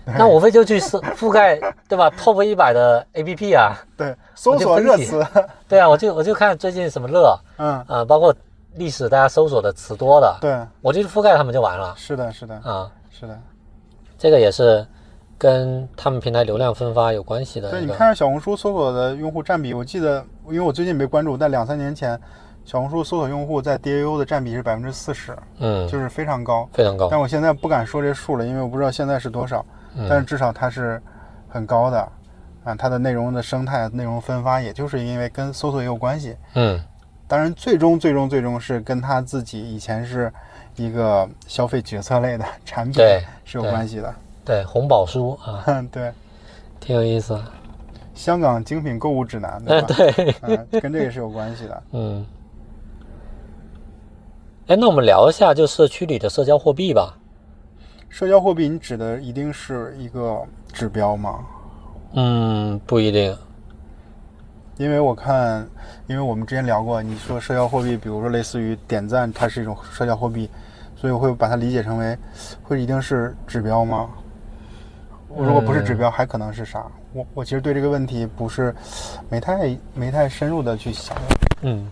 Speaker 1: 那我非就去是覆盖，对吧？Top 一百的 APP 啊，
Speaker 2: 对，搜索热词，
Speaker 1: 对啊，我就我就看最近什么热
Speaker 2: 嗯，
Speaker 1: 啊、包括历史大家搜索的词多的，
Speaker 2: 对，
Speaker 1: 我就去覆盖他们就完了啊、
Speaker 2: 是的，是的，是的。
Speaker 1: 这个也是跟他们平台流量分发有关系的
Speaker 2: 对，
Speaker 1: 一
Speaker 2: 你
Speaker 1: 个。
Speaker 2: 看下小红书搜索的用户占比，我记得，因为我最近没关注，但两三年前，小红书搜索用户在 DAU 的占比是百分之四十，
Speaker 1: 嗯，
Speaker 2: 就是非常高。
Speaker 1: 非常高。
Speaker 2: 但我现在不敢说这数了，因为我不知道现在是多少。
Speaker 1: 嗯
Speaker 2: 但是至少它是很高的啊，它的内容的生态、内容分发，也就是因为跟搜索也有关系。
Speaker 1: 嗯
Speaker 2: 当然，最终最终最终是跟它自己以前是一个消费决策类的产品
Speaker 1: 对
Speaker 2: 是有
Speaker 1: 对
Speaker 2: 关系的。
Speaker 1: 对，红宝书啊，
Speaker 2: 嗯， 对，
Speaker 1: 挺有意思。
Speaker 2: 香港精品购物指南，对
Speaker 1: 嗯，
Speaker 2: 吧？
Speaker 1: 对，
Speaker 2: 嗯，跟这个是有关系的。
Speaker 1: 嗯。哎，那我们聊一下就社区里的社交货币吧。
Speaker 2: 社交货币，你指的一定是一个指标吗？
Speaker 1: 嗯，不一定。
Speaker 2: 因为我看，因为我们之前聊过，你说社交货币，比如说类似于点赞，它是一种社交货币，所以我会把它理解成为，会一定是指标吗？如果不是指标，还可能是啥？我我其实对这个问题不是没太没太深入的去想。
Speaker 1: 嗯，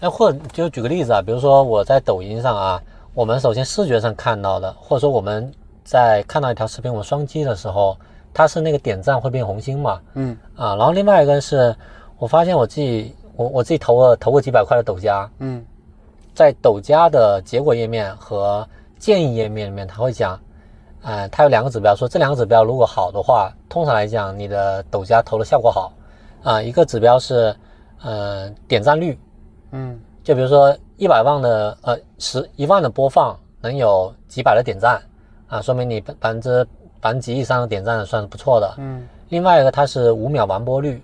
Speaker 1: 哎，或者就举个例子啊，比如说我在抖音上啊，我们首先视觉上看到的，或者说我们在看到一条视频，我们双击的时候，它是那个点赞会变红心嘛，
Speaker 2: 嗯
Speaker 1: 啊，然后另外一个是，我发现我自己，我我自己投了投过几百块的抖加，
Speaker 2: 嗯
Speaker 1: 在抖加的结果页面和建议页面里面，它会讲，呃，它有两个指标，说这两个指标如果好的话，通常来讲你的抖加投的效果好，啊、一个指标是，呃，点赞率，
Speaker 2: 嗯
Speaker 1: 就比如说一百万的呃十一万的播放能有几百的点赞啊，说明你百百分之百分之几以上的点赞算是不错的。
Speaker 2: 嗯
Speaker 1: 另外一个它是五秒完播率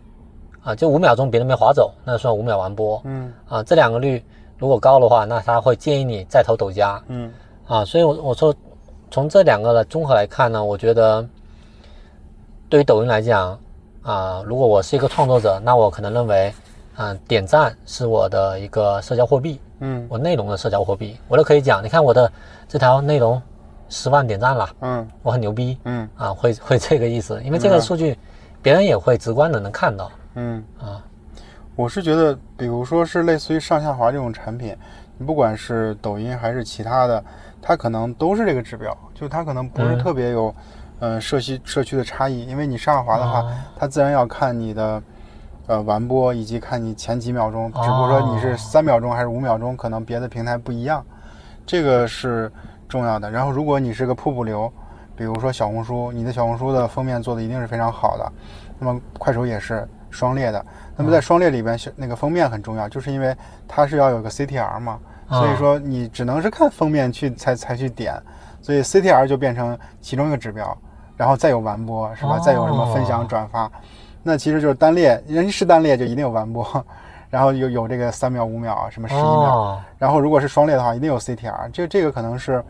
Speaker 1: 啊，就五秒钟别人没划走，那算五秒完播
Speaker 2: 嗯
Speaker 1: 啊。这两个率如果高的话，那他会建议你再投抖加
Speaker 2: 嗯
Speaker 1: 啊。所以我我说从这两个来综合来看呢，我觉得对于抖音来讲啊，如果我是一个创作者，那我可能认为。嗯，点赞是我的一个社交货币，
Speaker 2: 嗯
Speaker 1: 我内容的社交货币，我都可以讲。你看我的这条内容十万点赞了，
Speaker 2: 嗯
Speaker 1: 我很牛逼
Speaker 2: 嗯
Speaker 1: 啊，会会这个意思，因为这个
Speaker 2: 嗯
Speaker 1: 数据别人也会直观的能看到
Speaker 2: 嗯，
Speaker 1: 啊。
Speaker 2: 我是觉得，比如说是类似于上下滑这种产品，你不管是抖音还是其他的，它可能都是这个指标，就它可能不是
Speaker 1: 嗯
Speaker 2: 特别有，呃，社区社区的差异，因为你上下滑的话，
Speaker 1: 哦
Speaker 2: 它自然要看你的，呃，完播以及看你前几秒钟，只不过说你
Speaker 1: 哦
Speaker 2: 是三秒钟还是五秒钟，可能别的平台不一样，这个是重要的。然后，如果你是个瀑布流，比如说小红书，你的小红书的封面做的一定是非常好的，那么快手也是双列的。那么在双列里边，是那个封面很重要，就是因为它是要有个 CTR 嘛，所以
Speaker 1: 啊
Speaker 2: 说你只能是看封面去才才去点，所以 CTR 就变成其中一个指标，然后再有完播是吧？再有什么分享
Speaker 1: 哦
Speaker 2: 转发，那其实就是单列，人家是单列就一定有完播， 然后有有这个三秒、五秒啊，什么十一秒，
Speaker 1: 哦，
Speaker 2: 然后如果是双列的话，一定有 CTR，这这个可能是，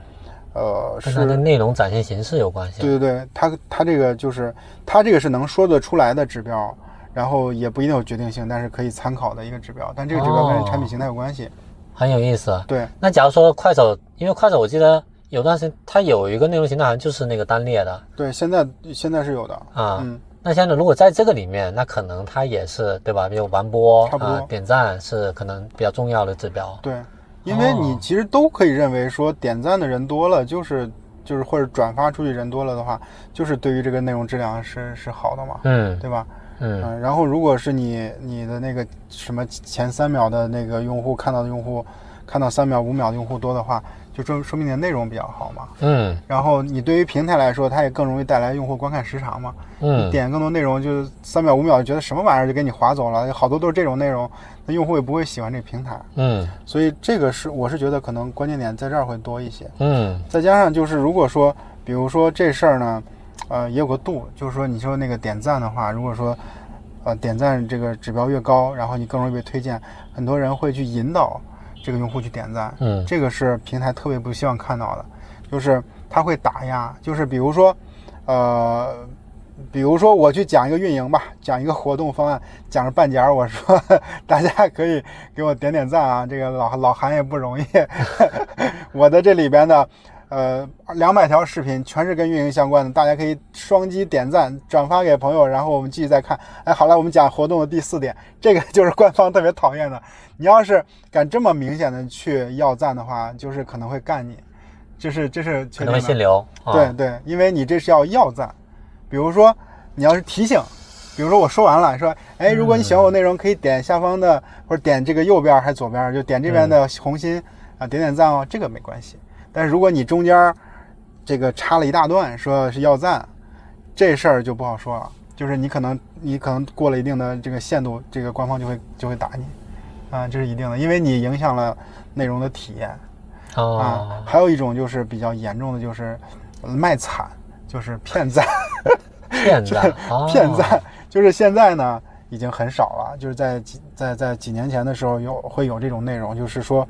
Speaker 2: 呃，
Speaker 1: 跟它
Speaker 2: 是
Speaker 1: 的内容展现形式有关系。啊
Speaker 2: 对对对，它它这个就是它这个是能说得出来的指标，然后也不一定有决定性，但是可以参考的一个指标。但这个指标跟
Speaker 1: 哦
Speaker 2: 产品形态有关系。
Speaker 1: 很有意思。啊
Speaker 2: 对，
Speaker 1: 那假如说快手，因为快手我记得有段时间它有一个内容形态，好像就是那个单列的
Speaker 2: 对，现在现在是有的。
Speaker 1: 啊。
Speaker 2: 嗯
Speaker 1: 那现在如果在这个里面，那可能它也是对吧？比如完播
Speaker 2: 差不多
Speaker 1: 啊、点赞是可能比较重要的指标。
Speaker 2: 对，因为你
Speaker 1: 哦
Speaker 2: 其实都可以认为说点赞的人多了，就是就是或者转发出去人多了的话，就是对于这个内容质量是是好的嘛，
Speaker 1: 嗯
Speaker 2: 对吧？
Speaker 1: 嗯
Speaker 2: 嗯，然后如果是你你的那个什么前三秒的那个用户看到的用户，看到三秒五秒的用户多的话，就说说明你的内容比较好嘛。
Speaker 1: 嗯
Speaker 2: 然后你对于平台来说，它也更容易带来用户观看时长嘛。
Speaker 1: 嗯，
Speaker 2: 点更多内容就三秒五秒，觉得什么玩意儿就给你划走了，有好多都是这种内容，那用户也不会喜欢这个平台。
Speaker 1: 嗯
Speaker 2: 所以这个是我是觉得可能关键点在这儿会多一些。
Speaker 1: 嗯
Speaker 2: 再加上就是，如果说，比如说这事儿呢，呃，也有个度，就是说，你说那个点赞的话，如果说，呃，点赞这个指标越高，然后你更容易被推荐，很多人会去引导这个用户去点赞，
Speaker 1: 嗯
Speaker 2: 这个是平台特别不希望看到的，就是它会打压，就是比如说，呃。比如说，我去讲一个运营吧，讲一个活动方案，讲着半截儿，我说 大家可以给我点点赞啊，这个老老韩也不容易， 我的这里边呢，呃，两百条视频全是跟运营相关的，大家可以双击点赞、转发给朋友，然后我们继续再看。哎，好了，我们讲活动的第四点，这个就是官方特别讨厌的。你要是敢这么明显的去要赞的话，就是可能会干你，这是这是确
Speaker 1: 可
Speaker 2: 定
Speaker 1: 能会
Speaker 2: 的。
Speaker 1: 限流。啊
Speaker 2: 对，对，因为你这是要要赞，比如说你要是提醒，比如说我说完了，说，哎，如果你喜欢我内容，可以点下方的，或者点这个右边儿还是左边儿，就点这边的红心啊，点点赞哦，这个没关系。但是如果你中间儿这个插了一大段，说是要赞，这事儿就不好说了，就是你可能你可能过了一定的这个限度，这个官方就会就会打你，啊，这是一定的，因为你影响了内容的体验。啊
Speaker 1: 哦，，
Speaker 2: 还有一种就是比较严重的，就是呃卖惨，就是骗赞，
Speaker 1: 骗赞，哦
Speaker 2: 骗赞，就是现在呢已经很少了，就是在几在在几年前的时候有会有这种内容，就是说，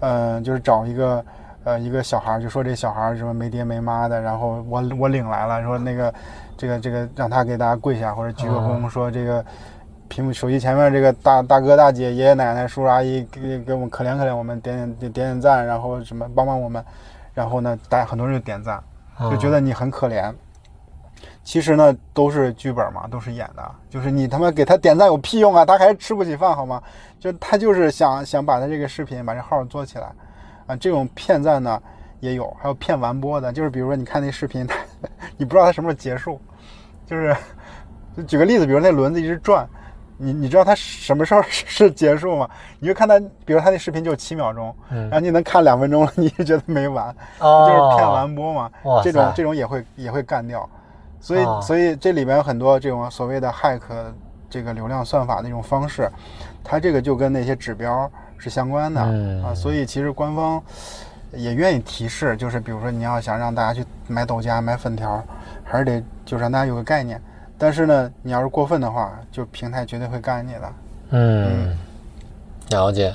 Speaker 2: 呃，就是找一个。呃，一个小孩儿就说这小孩儿什么没爹没妈的，然后我我领来了，说那个，这个这个让他给大家跪下或者鞠个躬，说这个屏幕手机前面这个大大哥大姐爷爷奶奶叔叔阿姨给给我们可怜可怜我们，点点点点点赞，然后什么帮帮我们，然后呢，大家很多人就点赞，
Speaker 1: 哦
Speaker 2: 就
Speaker 1: 嗯
Speaker 2: 觉得你很可怜。其实呢，都是剧本嘛，都是演的。就是你他妈给他点赞有屁用啊？他还是吃不起饭好吗？就他就是想想把他这个视频把这号做起来，啊，这种骗赞呢也有，还有骗完播的，就是比如说你看那视频，他 你不知道他什么时候结束，就是就举个例子，比如那轮子一直转，你你知道它什么时候 是是结束吗？你就看他，比如他那视频就七秒钟，
Speaker 1: 嗯
Speaker 2: 然后你能看两分钟了，你就觉得没完，
Speaker 1: 哦，
Speaker 2: 就是骗完播嘛。
Speaker 1: 哇塞，
Speaker 2: 这种这种也会也会干掉，所以、
Speaker 1: 哦
Speaker 2: 所以这里边有很多这种所谓的 hack 这个流量算法的一种方式，它这个就跟那些指标是相关的、
Speaker 1: 嗯
Speaker 2: 啊，所以其实官方也愿意提示，就是比如说你要想让大家去买抖加、买粉条，还是得就是让大家有个概念。但是呢，你要是过分的话，就平台绝对会干你的。
Speaker 1: 嗯，了解。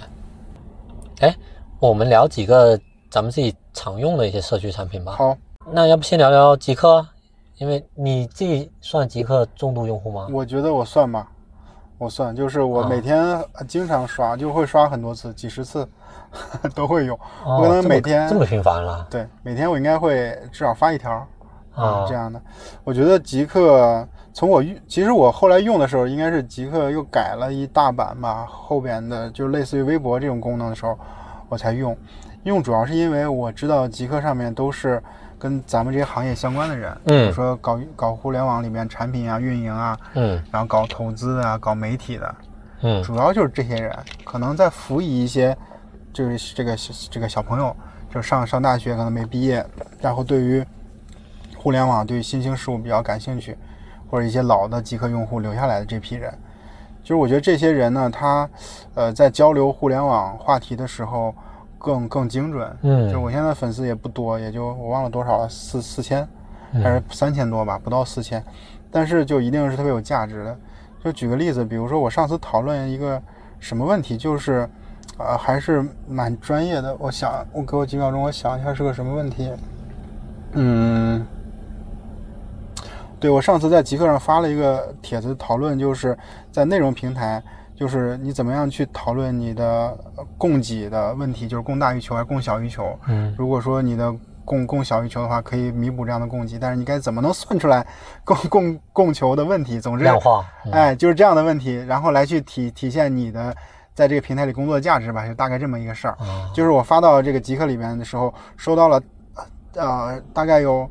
Speaker 1: 哎，我们聊几个咱们自己常用的一些社区产品吧。
Speaker 2: 好，
Speaker 1: 那要不先聊聊极客，因为你自己算极客重度用户吗？
Speaker 2: 我觉得我算吧，我算，就是我
Speaker 1: 啊
Speaker 2: 每天呃经常刷，就会刷很多次，几十次 都会有。
Speaker 1: 哦
Speaker 2: 我可能
Speaker 1: 这么
Speaker 2: 每天
Speaker 1: 这么频繁了
Speaker 2: 对，每天我应该会至少发一条
Speaker 1: 啊
Speaker 2: 这样的。我觉得极客从我用，其实我后来用的时候，应该是极客又改了一大版吧，后边的就类似于微博这种功能的时候，我才用。用主要是因为我知道极客上面都是跟咱们这些行业相关的人，比
Speaker 1: 嗯
Speaker 2: 如说搞搞互联网里面产品啊、运营啊，
Speaker 1: 嗯
Speaker 2: 然后搞投资啊、搞媒体的，
Speaker 1: 嗯
Speaker 2: 主要就是这些人，可能在辅以一些，就是这个这个小朋友，就上上大学可能没毕业，然后对于互联网、对于新兴事物比较感兴趣，或者一些老的极客用户留下来的这批人，就是我觉得这些人呢，他呃在交流互联网话题的时候更更精准。就
Speaker 1: 嗯
Speaker 2: 我现在粉丝也不多，也就我忘了多少了，四四千
Speaker 1: 嗯
Speaker 2: 还是三千多吧，不到四千，但是就一定是特别有价值的。就举个例子，比如说我上次讨论一个什么问题，就是，呃，还是蛮专业的。我想，我给我几秒钟，我想一下是个什么问题。嗯，对我上次在极客上发了一个帖子，讨论就是在内容平台，就是你怎么样去讨论你的呃供给的问题，就是供大于求还是供小于求。
Speaker 1: 嗯
Speaker 2: 如果说你的供供小于求的话，可以弥补这样的供给，但是你该怎么能算出来供供供求的问题？总之，
Speaker 1: 量化，嗯
Speaker 2: 哎，就是这样的问题，然后来去体体现你的在这个平台里工作的价值吧，就大概这么一个事儿。
Speaker 1: 啊
Speaker 2: 就是我发到这个极客里边的时候，收到了呃大概有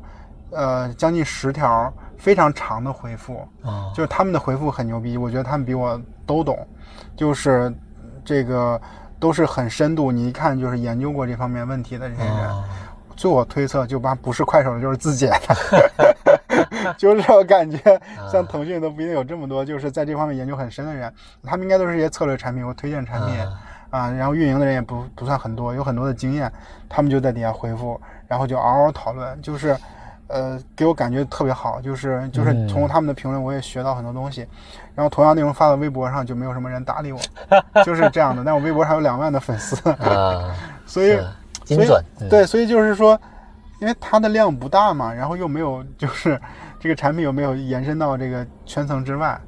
Speaker 2: 呃将近十条非常长的回复，
Speaker 1: 啊
Speaker 2: 就是他们的回复很牛逼，我觉得他们比我都懂，就是这个都是很深度，你一看就是研究过这方面问题的这些人。
Speaker 1: 啊
Speaker 2: 据我推测，就把不是快手的，就是字节 的，就是我感觉
Speaker 1: 啊
Speaker 2: 像腾讯都不一定有这么多，就是在这方面研究很深的人，他们应该都是一些策略产品或推荐产品
Speaker 1: 啊
Speaker 2: 啊，然后运营的人也不不算很多，有很多的经验，他们就在底下回复，然后就嗷嗷讨论，就是。呃，给我感觉特别好，就是就是
Speaker 1: 嗯
Speaker 2: 从他们的评论我也学到很多东西，然后同样内容发到微博上就没有什么人 搭理我，就是这样的。但我微博上有两万的粉丝，
Speaker 1: 啊，
Speaker 2: 所以
Speaker 1: 是精准，
Speaker 2: 对，所以就是说，因为它的量不大嘛，然后又没有就是这个产品又没有延伸到这个圈层之外，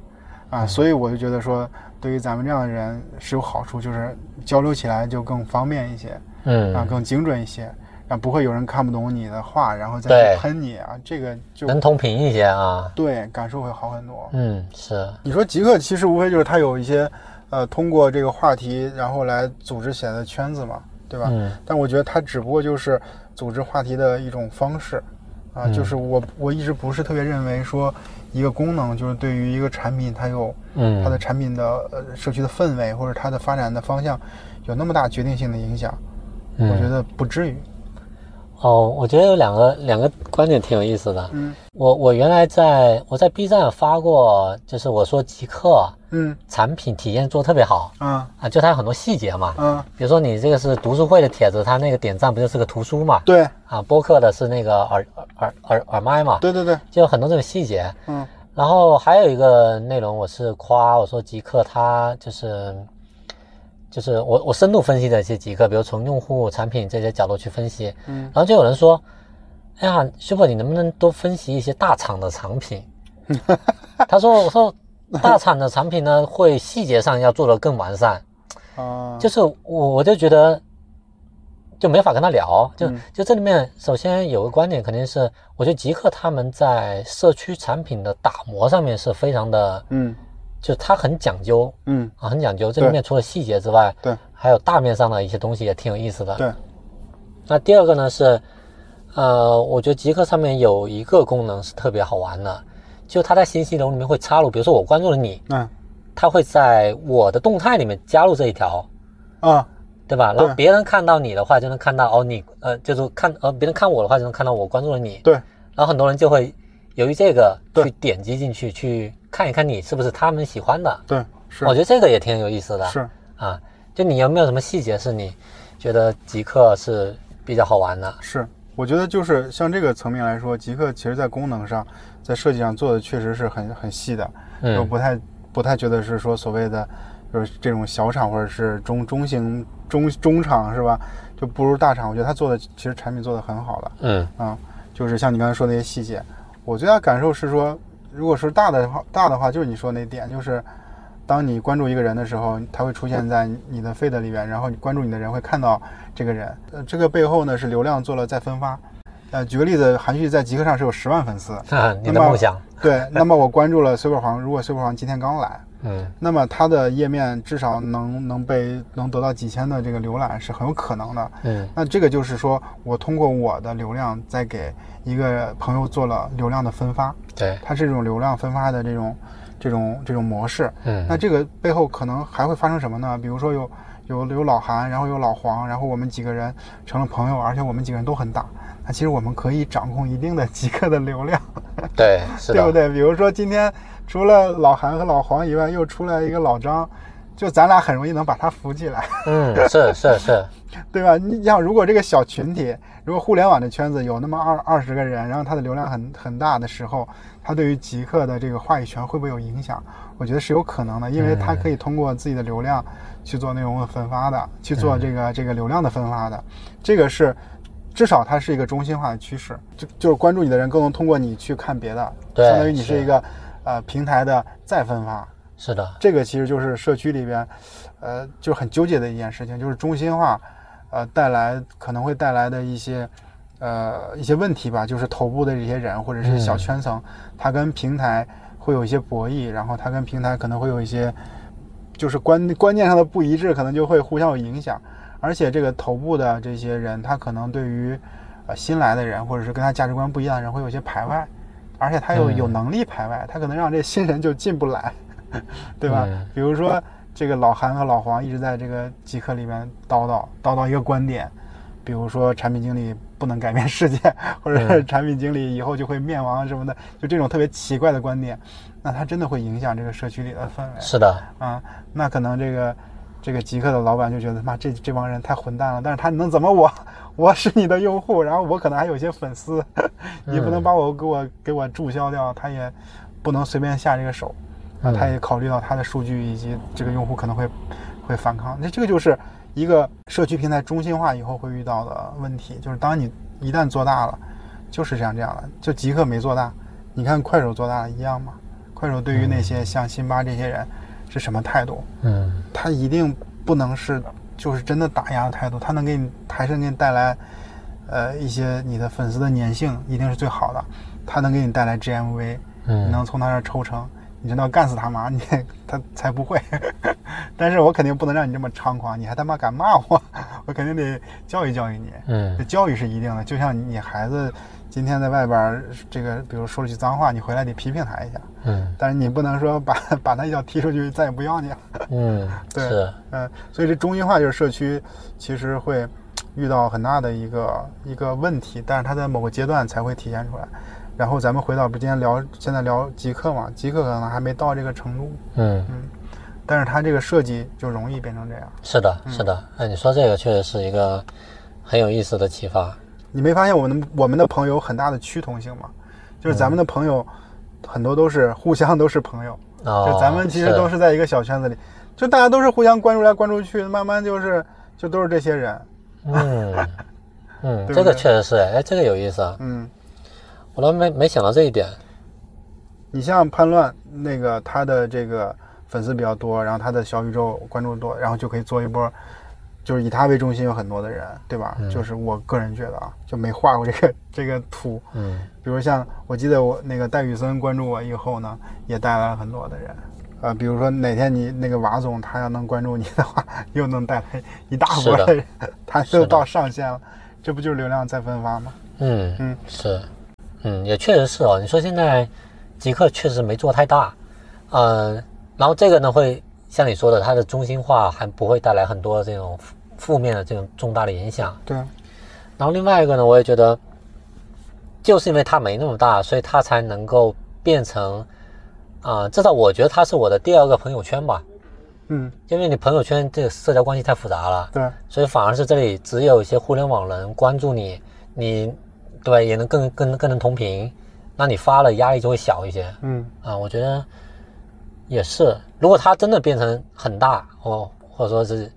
Speaker 1: 嗯
Speaker 2: 啊，所以我就觉得说，对于咱们这样的人是有好处，就是交流起来就更方便一些，
Speaker 1: 嗯，
Speaker 2: 啊，更精准一些，啊，不会有人看不懂你的话，然后再
Speaker 1: 对嗯
Speaker 2: 去喷你啊，这个就
Speaker 1: 能同频一些啊，
Speaker 2: 对感受会好很多。
Speaker 1: 嗯，是，
Speaker 2: 你说极客其实无非就是他有一些，呃，通过这个话题然后来组织起来的圈子嘛，对吧？
Speaker 1: 嗯
Speaker 2: 但我觉得它只不过就是组织话题的一种方式，啊，就是
Speaker 1: 嗯
Speaker 2: 我我一直不是特别认为说一个功能就是对于一个产品它有
Speaker 1: 嗯，
Speaker 2: 它的产品的呃社区的氛围或者它的发展的方向有那么大决定性的影响，我觉
Speaker 1: 嗯
Speaker 2: 得不至于。
Speaker 1: 哦，我觉得有两个两个观点挺有意思的，
Speaker 2: 嗯
Speaker 1: 我我原来在我在 B 站发过，就是我说极客
Speaker 2: 嗯
Speaker 1: 产品体验做得特别好
Speaker 2: 啊
Speaker 1: 啊，就它有很多细节嘛，
Speaker 2: 啊，
Speaker 1: 比如说你这个是读书会的帖子，它那个点赞不就是个图书嘛，
Speaker 2: 对
Speaker 1: 啊，播客的是那个耳耳耳耳耳麦嘛，
Speaker 2: 对对对，
Speaker 1: 就有很多这种细节。
Speaker 2: 嗯
Speaker 1: 然后还有一个内容，我是夸我说极客它就是，就是我我深度分析的一些极客，比如从用户、产品这些角度去分析，
Speaker 2: 嗯
Speaker 1: 然后就有人说，哎呀，super，你能不能多分析一些大厂的产品？他说，我说大厂的产品呢，会细节上要做得更完善，
Speaker 2: 啊，
Speaker 1: 就是我我就觉得就没法跟他聊，就、
Speaker 2: 嗯
Speaker 1: 就这里面首先有个观点肯定是，我觉得极客他们在社区产品的打磨上面是非常的，
Speaker 2: 嗯
Speaker 1: 就他很讲究
Speaker 2: 嗯
Speaker 1: 啊，很讲究。这里面除了细节之外，
Speaker 2: 对
Speaker 1: 还有大面上的一些东西也挺有意思的。
Speaker 2: 对，
Speaker 1: 那第二个呢是，呃，我觉得极客上面有一个功能是特别好玩的，就它在信息流里面会插入，比如说我关注了你，
Speaker 2: 嗯
Speaker 1: 它会在我的动态里面加入这一条。
Speaker 2: 啊
Speaker 1: 对吧？然后
Speaker 2: 对
Speaker 1: 别人看到你的话，就能看到哦，你呃，就是看呃，别人看我的话，就能看到我关注了你。
Speaker 2: 对
Speaker 1: 然后很多人就会由于这个
Speaker 2: 对
Speaker 1: 去点击进去，去看一看你是不是他们喜欢的。
Speaker 2: 对是
Speaker 1: 我觉得这个也挺有意思的。
Speaker 2: 是
Speaker 1: 啊，就你有没有什么细节是你觉得极客是比较好玩的？
Speaker 2: 是，我觉得就是像这个层面来说，极客其实在功能上，在设计上做的确实是很很细的，我
Speaker 1: 嗯
Speaker 2: 不太不太觉得是说所谓的就是这种小厂或者是中中型中中厂是吧，就不如大厂。我觉得他做的其实产品做的很好的
Speaker 1: 嗯
Speaker 2: 啊、就是像你刚才说的那些细节，我最大感受是说，如果是大的话，大的话就是你说那点，就是当你关注一个人的时候，他会出现在你的 feed 里边，然后你关注你的人会看到这个人。呃，这个背后呢是流量做了再分发。呃，举个例子，韩旭在极客上是有十万粉丝，
Speaker 1: 哈，你的
Speaker 2: 那么
Speaker 1: 梦想，
Speaker 2: 对。那么我关注了随本黄，如果随本黄今天刚来，
Speaker 1: 嗯
Speaker 2: 那么它的页面至少能能被能得到几千的这个浏览是很有可能的。
Speaker 1: 嗯
Speaker 2: 那这个就是说我通过我的流量再给一个朋友做了流量的分发，
Speaker 1: 对，
Speaker 2: 它是一种流量分发的这种这种这种模式。
Speaker 1: 嗯
Speaker 2: 那这个背后可能还会发生什么呢？比如说有有有老韩，然后有老黄，然后我们几个人成了朋友，而且我们几个人都很大。那其实我们可以掌控一定的极客的流量。
Speaker 1: 对是
Speaker 2: 对
Speaker 1: 的，
Speaker 2: 不对？比如说今天除了老韩和老黄以外，又出来一个老张，就咱俩很容易能把他扶起来，
Speaker 1: 嗯是是是，
Speaker 2: 对吧？你想，如果这个小群体，如果互联网的圈子有那么二二十个人，然后他的流量很很大的时候，他对于极客的这个话语权会不会有影响？我觉得是有可能的，因为他可以通过自己的流量去做内容的分发的，去做这个这个流量的分发的，这个是。至少它是一个中心化的趋势，就就是关注你的人更能通过你去看别的，
Speaker 1: 对
Speaker 2: 相当于你是
Speaker 1: 是
Speaker 2: 一个呃平台的再分发。
Speaker 1: 是的，
Speaker 2: 这个其实就是社区里边，呃，就是很纠结的一件事情，就是中心化，呃，带来可能会带来的一些，呃，一些问题吧，就是头部的这些人或者是小圈层，他跟平台会有一些博弈，然后他跟平台可能会有一些，就是观观念上的不一致，可能就会互相有影响。而且这个头部的这些人，他可能对于呃新来的人或者是跟他价值观不一样的人会有一些排外，而且他又
Speaker 1: 嗯
Speaker 2: 有能力排外，他可能让这新人就进不来，对吧？
Speaker 1: 嗯
Speaker 2: 比如说这个老韩和老黄一直在这个极客里面叨叨叨叨一个观点，比如说产品经理不能改变世界， 或者是产品经理以后就会灭亡什么的，就这种特别奇怪的观点，那他真的会影响这个社区里的氛围
Speaker 1: 是的，
Speaker 2: 啊。那可能这个这个极客的老板就觉得妈这这帮人太混蛋了，但是他能怎么我？ 我是你的用户，然后我可能还有些粉丝， 你不能把我给我给我注销掉，他也不能随便下这个手。啊，他也考虑到他的数据以及这个用户可能会会反抗，那这个就是一个社区平台中心化以后会遇到的问题，就是当你一旦做大了，就是这样这样的，就极客没做大，你看快手做大了一样吗？快手对于那些像辛巴这些人是什么态度？
Speaker 1: 嗯
Speaker 2: 他一定不能是就是真的打压的态度，他能给你还是能给你带来呃一些你的粉丝的粘性，一定是最好的，他能给你带来 GMV，你
Speaker 1: 嗯
Speaker 2: 能从他这儿抽成，你真的要干死他吗？你 他才不会。 但是我肯定不能让你这么猖狂，你还他妈敢骂我，我肯定得教育教育你。这
Speaker 1: 嗯
Speaker 2: 教育是一定的，就像你孩子今天在外边儿这个，比如说了句脏话，你回来得批评他一下，
Speaker 1: 嗯
Speaker 2: 但是你不能说把 把他一脚踢出去，再也不要你了。
Speaker 1: 嗯，
Speaker 2: 对
Speaker 1: 是，
Speaker 2: 嗯，所以这中心化就是社区其实会遇到很大的一个一个问题，但是它在某个阶段才会体现出来。然后咱们回到不今天聊，现在聊极客嘛，极客可能还没到这个程度，
Speaker 1: 嗯。
Speaker 2: 但是它这个设计就容易变成这样。
Speaker 1: 是的，
Speaker 2: 嗯
Speaker 1: 是的，哎，你说这个确实是一个很有意思的启发。
Speaker 2: 你没发现我们我们的朋友有很大的趋同性吗？就是咱们的朋友很多都是互相都是朋友，
Speaker 1: 哦，
Speaker 2: 就咱们其实都
Speaker 1: 是
Speaker 2: 是在一个小圈子里，就大家都是互相关注来关注去，慢慢就是就都是这些人，
Speaker 1: 嗯嗯，
Speaker 2: 对不
Speaker 1: 这个
Speaker 2: 对
Speaker 1: 确实是，哎，这个有意思啊，
Speaker 2: 嗯。
Speaker 1: 我都没没想到这一点。
Speaker 2: 你像叛乱那个他的这个粉丝比较多，然后他的小宇宙关注多，然后就可以做一波，就是以他为中心有很多的人，对吧？
Speaker 1: 嗯
Speaker 2: 就是我个人觉得啊，就没画过这个这个图。
Speaker 1: 嗯
Speaker 2: 比如像我记得我那个戴宇森关注我以后呢，也带来了很多的人。呃，比如说哪天你那个瓦总他要能关注你的话，又能带来一大波
Speaker 1: 是的
Speaker 2: 人，他
Speaker 1: 是
Speaker 2: 就
Speaker 1: 的
Speaker 2: 到上限了，这不就是流量再分发吗？
Speaker 1: 嗯
Speaker 2: 嗯
Speaker 1: 是，嗯，也确实是哦。你说现在极客确实没做太大，嗯，然后这个呢会像你说的，它的中心化还不会带来很多这种负负面的这种重大的影响。
Speaker 2: 对，
Speaker 1: 然后另外一个呢，我也觉得，就是因为它没那么大，所以它才能够变成，啊、至少我觉得它是我的第二个朋友圈吧。
Speaker 2: 嗯，
Speaker 1: 因为你朋友圈这个社交关系太复杂了，
Speaker 2: 对，
Speaker 1: 所以反而是这里只有一些互联网人关注你，你对也能更更更能同频，那你发了压力就会小一些
Speaker 2: 嗯。
Speaker 1: 啊。我觉得也是，如果它真的变成很大哦，或者说是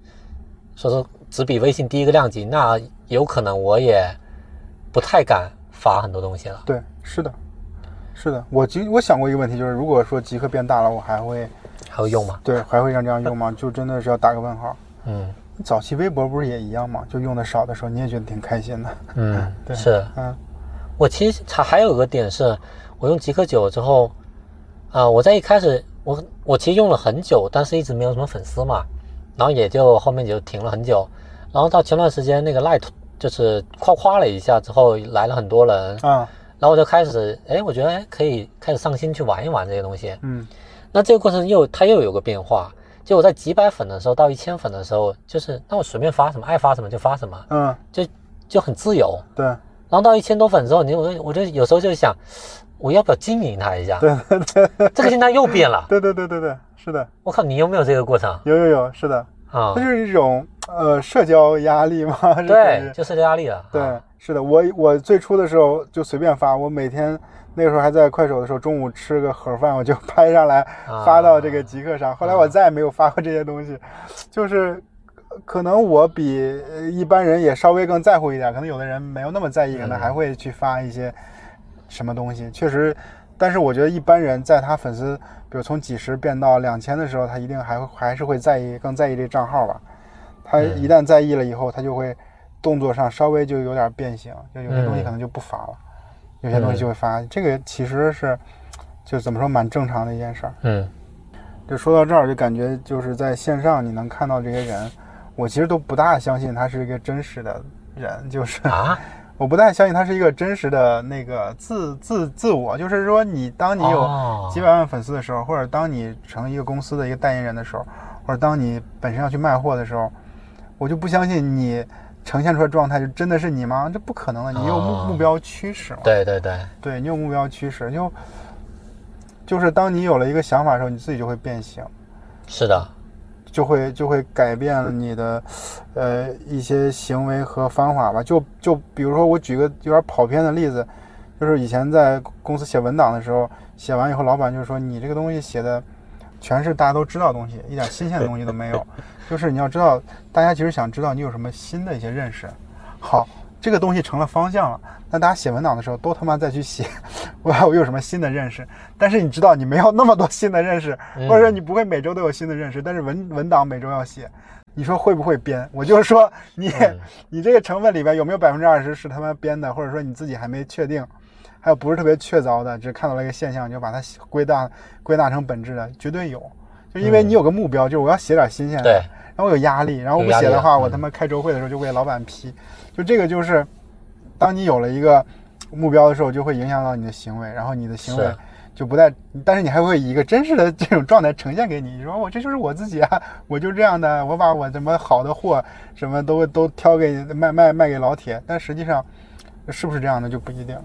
Speaker 1: 说是只比微信低一个量级，那有可能我也不太敢发很多东西了。
Speaker 2: 对，是的，是的。我其实我想过一个问题，就是如果说极客变大了，我还会
Speaker 1: 还有用吗？
Speaker 2: 对还会让这样用吗？就真的是要打个问号。
Speaker 1: 嗯
Speaker 2: 早期微博不是也一样吗？就用的少的时候，你也觉得挺开心的。
Speaker 1: 嗯，
Speaker 2: 对，
Speaker 1: 是。
Speaker 2: 嗯
Speaker 1: 我其实它还有一个点是，我用极客九之后，啊、我在一开始我我其实用了很久，但是一直没有什么粉丝嘛，然后也就后面就停了很久，然后到前段时间那个赖就是夸夸了一下之后，来了很多人，
Speaker 2: 啊
Speaker 1: 然后我就开始哎，我觉得哎可以开始上心去玩一玩这些东西。
Speaker 2: 嗯
Speaker 1: 那这个过程又它又有个变化，就我在几百粉的时候到一千粉的时候，就是那我随便发什么，爱发什么就发什么，
Speaker 2: 嗯，
Speaker 1: 就就很自由。
Speaker 2: 对
Speaker 1: 然后到一千多粉之后，你我就我就有时候就想，我要不要经营它一下？
Speaker 2: 对对对
Speaker 1: 这个心态又变了。
Speaker 2: 对对对对对，是的，
Speaker 1: 我靠，你有没有这个过程
Speaker 2: 有有有，是的，
Speaker 1: 啊
Speaker 2: 这？就是一种呃社交压力 嘛，是属
Speaker 1: 对
Speaker 2: 于，
Speaker 1: 就是压力了。
Speaker 2: 对
Speaker 1: 啊，
Speaker 2: 是的，我我最初的时候就随便发，我每天那个时候还在快手的时候，中午吃个盒饭我就 拍下来
Speaker 1: 啊
Speaker 2: 发到这个极客上。后来我再也没有发过这些东西，就是呃可能我比呃一般人也稍微更在乎一点，可能有的人没有那么在意，可能还
Speaker 1: 嗯
Speaker 2: 会去发一些什么东西。确实，但是我觉得一般人在他粉丝比如从几十变到两千的时候，他一定还会还是会在意更在意这账号吧。他
Speaker 1: 嗯
Speaker 2: 一旦在意了以后，他就会动作上稍微就有点变形，就有些东西
Speaker 1: 嗯
Speaker 2: 可能就不发了，有些东西就会发。这个其实是就怎么说蛮正常的一件事儿。
Speaker 1: 嗯
Speaker 2: 就说到这儿，就感觉就是在线上你能看到这些人，我其实都不大相信他是一个真实的人，就是
Speaker 1: 啊，
Speaker 2: 我不太相信它是一个真实的那个自自自我，就是说你当你有
Speaker 1: 哦
Speaker 2: 几百万粉丝的时候，或者当你成一个公司的一个代言人的时候，或者当你本身要去卖货的时候，我就不相信你呈现出来状态就真的是你吗？这不可能的，你有目、
Speaker 1: 哦
Speaker 2: 目标驱使嘛？
Speaker 1: 对对对，
Speaker 2: 对你有目标驱使，就就是当你有了一个想法的时候，你自己就会变形。
Speaker 1: 是的，
Speaker 2: 就会就会改变你的，呃一些行为和方法吧。就就比如说，我举个有点跑偏的例子，就是以前在公司写文档的时候，写完以后，老板就说你这个东西写的全是大家都知道的东西，一点新鲜的东西都没 有。就是你要知道，大家其实想知道你有什么新的一些认识。好，这个东西成了方向了，那大家写文档的时候都他妈再去写，我我有什么新的认识？但是你知道你没有那么多新的认识，
Speaker 1: 嗯
Speaker 2: 或者说你不会每周都有新的认识，但是文文档每周要写，你说会不会编？我就是说你、
Speaker 1: 嗯
Speaker 2: 你这个成分里边有没有百分之二十是他妈编的，或者说你自己还没确定，还有不是特别确凿的，只看到了一个现象你就把它写归纳归纳成本质的，绝对有。就因为
Speaker 1: 嗯
Speaker 2: 你有个目标，就是我要写点新鲜的，
Speaker 1: 对，
Speaker 2: 然后我有压力，然后我不
Speaker 1: 有压力
Speaker 2: 写的话，
Speaker 1: 嗯
Speaker 2: 我他妈开周会的时候就被老板批。就这个就是，当你有了一个目标的时候，就会影响到你的行为，然后你的行为
Speaker 1: 是
Speaker 2: 就不再，但是你还会以一个真实的这种状态呈现给你。你说我这就是我自己啊， 我就这样的，我把我什么好的货什么都都挑给卖卖卖给老铁，但实际上是不是这样的就不一定。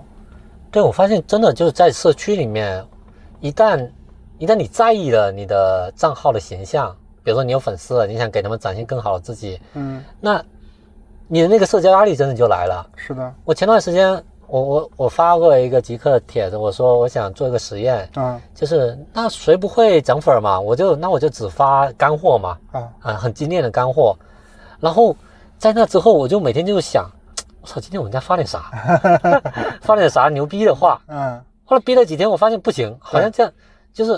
Speaker 1: 对我发现真的就是在社区里面，一旦一旦你在意了你的账号的形象，比如说你有粉丝了，你想给他们展现更好的自己，
Speaker 2: 嗯，
Speaker 1: 那你的那个社交压力真的就来了。
Speaker 2: 是的，
Speaker 1: 我前段时间，我我我发过一个极客帖子，我说我想做一个实验，
Speaker 2: 嗯
Speaker 1: 就是那谁不会涨粉儿嘛，我就那我就只发干货嘛，
Speaker 2: 啊，
Speaker 1: 啊，很精炼的干货。然后在那之后，我就每天就想，我操，今天我应该发点啥， 发点啥牛逼的话。
Speaker 2: 嗯，
Speaker 1: 后来憋了几天，我发现不行，好像这样就是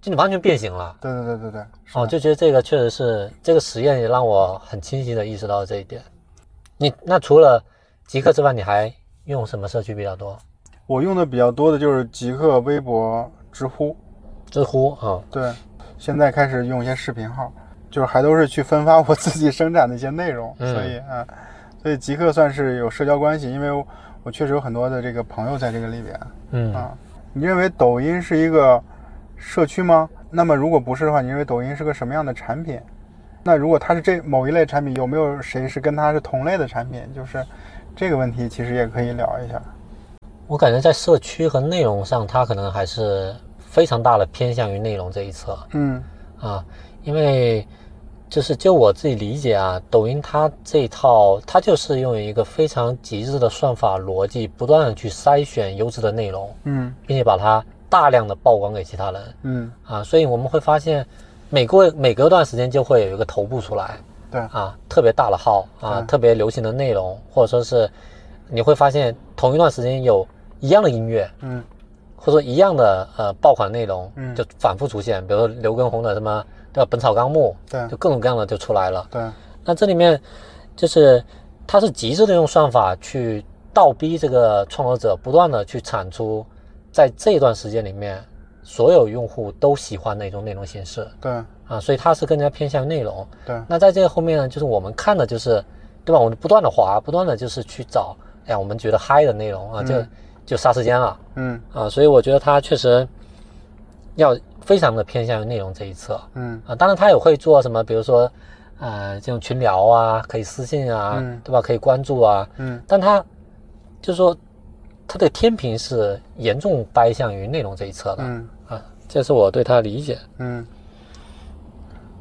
Speaker 1: 就你完全变形了。
Speaker 2: 对对对对对，是
Speaker 1: 哦，
Speaker 2: 的
Speaker 1: 就觉得这个确实是这个实验也让我很清晰的意识到这一点。你那除了极客之外，你还用什么社区比较多？
Speaker 2: 我用的比较多的就是极客、微博、知乎。
Speaker 1: 知乎啊、
Speaker 2: 对，现在开始用一些视频号，就是还都是去分发我自己生产的一些内容，
Speaker 1: 嗯
Speaker 2: 所以啊，所以极客算是有社交关系，因为我我确实有很多的这个朋友在这个里边
Speaker 1: 嗯，
Speaker 2: 啊。你认为抖音是一个社区吗？那么如果不是的话，你认为抖音是个什么样的产品？那如果它是这某一类产品，有没有谁是跟它是同类的产品？就是这个问题，其实也可以聊一下。
Speaker 1: 我感觉在社区和内容上，它可能还是非常大的偏向于内容这一侧
Speaker 2: 嗯
Speaker 1: 啊，因为就是就我自己理解啊，抖音它这一套，它就是用一个非常极致的算法逻辑，不断的去筛选优质的内容，
Speaker 2: 嗯
Speaker 1: 并且把它大量的曝光给其他人。
Speaker 2: 嗯，
Speaker 1: 啊，所以我们会发现，每过每隔段时间就会有一个头部出来
Speaker 2: 对，
Speaker 1: 啊，特别大的号啊，
Speaker 2: 对
Speaker 1: 特别流行的内容，或者说是你会发现同一段时间有一样的音乐，
Speaker 2: 嗯
Speaker 1: 或者说一样的呃爆款内容，
Speaker 2: 嗯
Speaker 1: 就反复出现，比如说刘畊宏的什么对吧，《本草纲目》，
Speaker 2: 对
Speaker 1: 就各种各样的就出来了。
Speaker 2: 对
Speaker 1: 那这里面就是它是极致的用算法去倒逼这个创作者不断的去产出，在这段时间里面所有用户都喜欢的一种内容形式
Speaker 2: 对
Speaker 1: 啊，所以它是更加偏向于内容。
Speaker 2: 对，
Speaker 1: 那在这个后面呢，就是我们看的就是，对吧？我们不断的滑，不断的就是去找，哎呀，我们觉得嗨的内容啊，就、
Speaker 2: 嗯
Speaker 1: 就杀时间了
Speaker 2: 嗯
Speaker 1: 啊，所以我觉得它确实要非常的偏向于内容这一侧。
Speaker 2: 嗯。
Speaker 1: 啊，当然他也会做什么，比如说，呃，这种群聊啊，可以私信啊，
Speaker 2: 嗯
Speaker 1: 对吧？可以关注啊，
Speaker 2: 嗯
Speaker 1: 但他就是说，他的天平是严重掰向于内容这一侧的、
Speaker 2: 嗯
Speaker 1: 啊，这是我对他的理解。
Speaker 2: 嗯，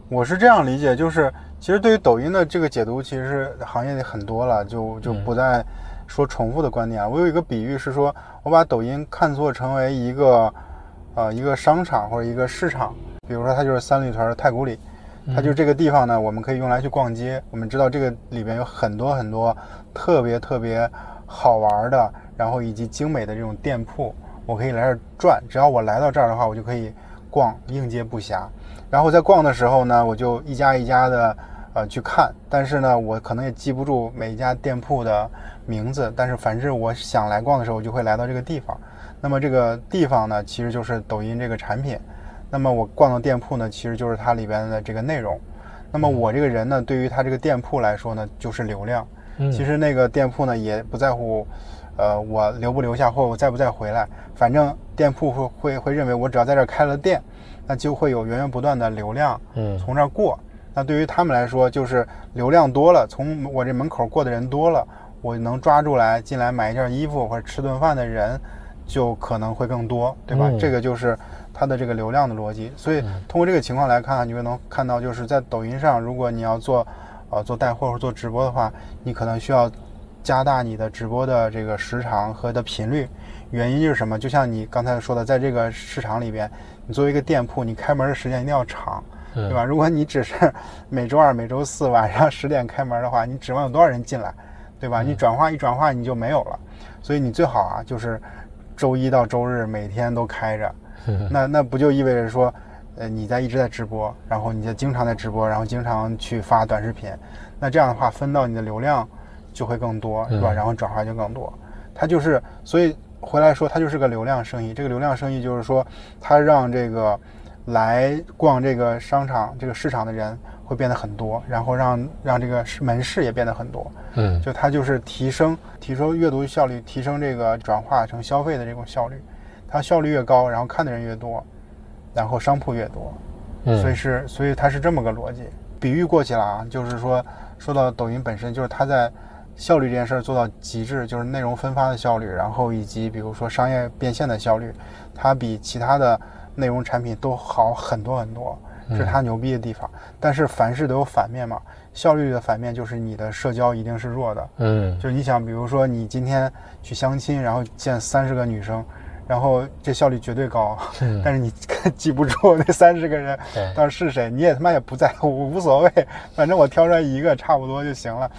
Speaker 2: 我是这样理解，就是其实对于抖音的这个解读，其实行业里很多了，就就不再说重复的观点啊。我有一个比喻是说，我把抖音看作成为一个呃一个商场或者一个市场，比如说它就是三里屯儿太古里，它就这个地方呢，我们可以用来去逛街。我们知道这个里边有很多很多特别特别好玩的，然后以及精美的这种店铺，我可以来这儿转。只要我来到这儿的话，我就可以逛，应接不暇。然后在逛的时候呢，我就一家一家的呃去看，但是呢，我可能也记不住每一家店铺的名字，但是反正我想来逛的时候，我就会来到这个地方。那么这个地方呢，其实就是抖音这个产品。那么我逛的店铺呢，其实就是它里边的这个内容。那么我这个人呢，对于它这个店铺来说呢，就是流量。
Speaker 1: 嗯
Speaker 2: 其实那个店铺呢也不在乎，呃，我留不留下或者我再不再回来，反正店铺会会会认为我只要在这儿开了店，那就会有源源不断的流量
Speaker 1: 嗯
Speaker 2: 从这儿过。那对于他们来说，就是流量多了，从我这门口过的人多了，我能抓住来进来买一件衣服或者吃顿饭的人，就可能会更多，对吧？
Speaker 1: 嗯
Speaker 2: 这个就是它的这个流量的逻辑。所以通过这个情况来看，你就能看到，就是在抖音上，如果你要做呃做带货或者做直播的话，你可能需要加大你的直播的这个时长和的频率。原因就是什么？就像你刚才说的，在这个市场里边，你作为一个店铺，你开门的时间一定要长。
Speaker 1: 嗯
Speaker 2: 对吧？如果你只是 每周二、每周四晚上十点开门的话，你指望有多少人进来，对吧？你转化一转化你就没有了，所以你最好啊，就是周一到周日每天都开着，
Speaker 1: 嗯
Speaker 2: 那那不就意味着说，呃，你在一直在直播，然后你就经常在直播，然后经常去发短视频，那这样的话分到你的流量就会更多，是吧？然后转化就更多，它就是所以回来说，它就是个流量生意。这个流量生意就是说，它让这个来逛这个商场、这个市场的人会变得很多，然后让让这个市门市也变得很多，
Speaker 1: 嗯
Speaker 2: 就它就是提升提升阅读效率，提升这个转化成消费的这种效率。它效率越高，然后看的人越多，然后商铺越多，
Speaker 1: 嗯，
Speaker 2: 所以是所以它是这么个逻辑。比喻过去了啊，就是说说到抖音本身，就是它在效率这件事儿做到极致，就是内容分发的效率，然后以及比如说商业变现的效率，它比其他的内容产品都好很多很多，这是它牛逼的地方。但是凡事都有反面嘛，效率的反面就是你的社交一定是弱的，
Speaker 1: 嗯
Speaker 2: 就是你想，比如说你今天去相亲，然后见三十个女生，然后这效率绝对高，
Speaker 1: 嗯
Speaker 2: 但是你 记不住那三十个人
Speaker 1: 对
Speaker 2: 到底是谁，你也他妈也不在乎，无所谓， 反正我挑出来一个差不多就行了。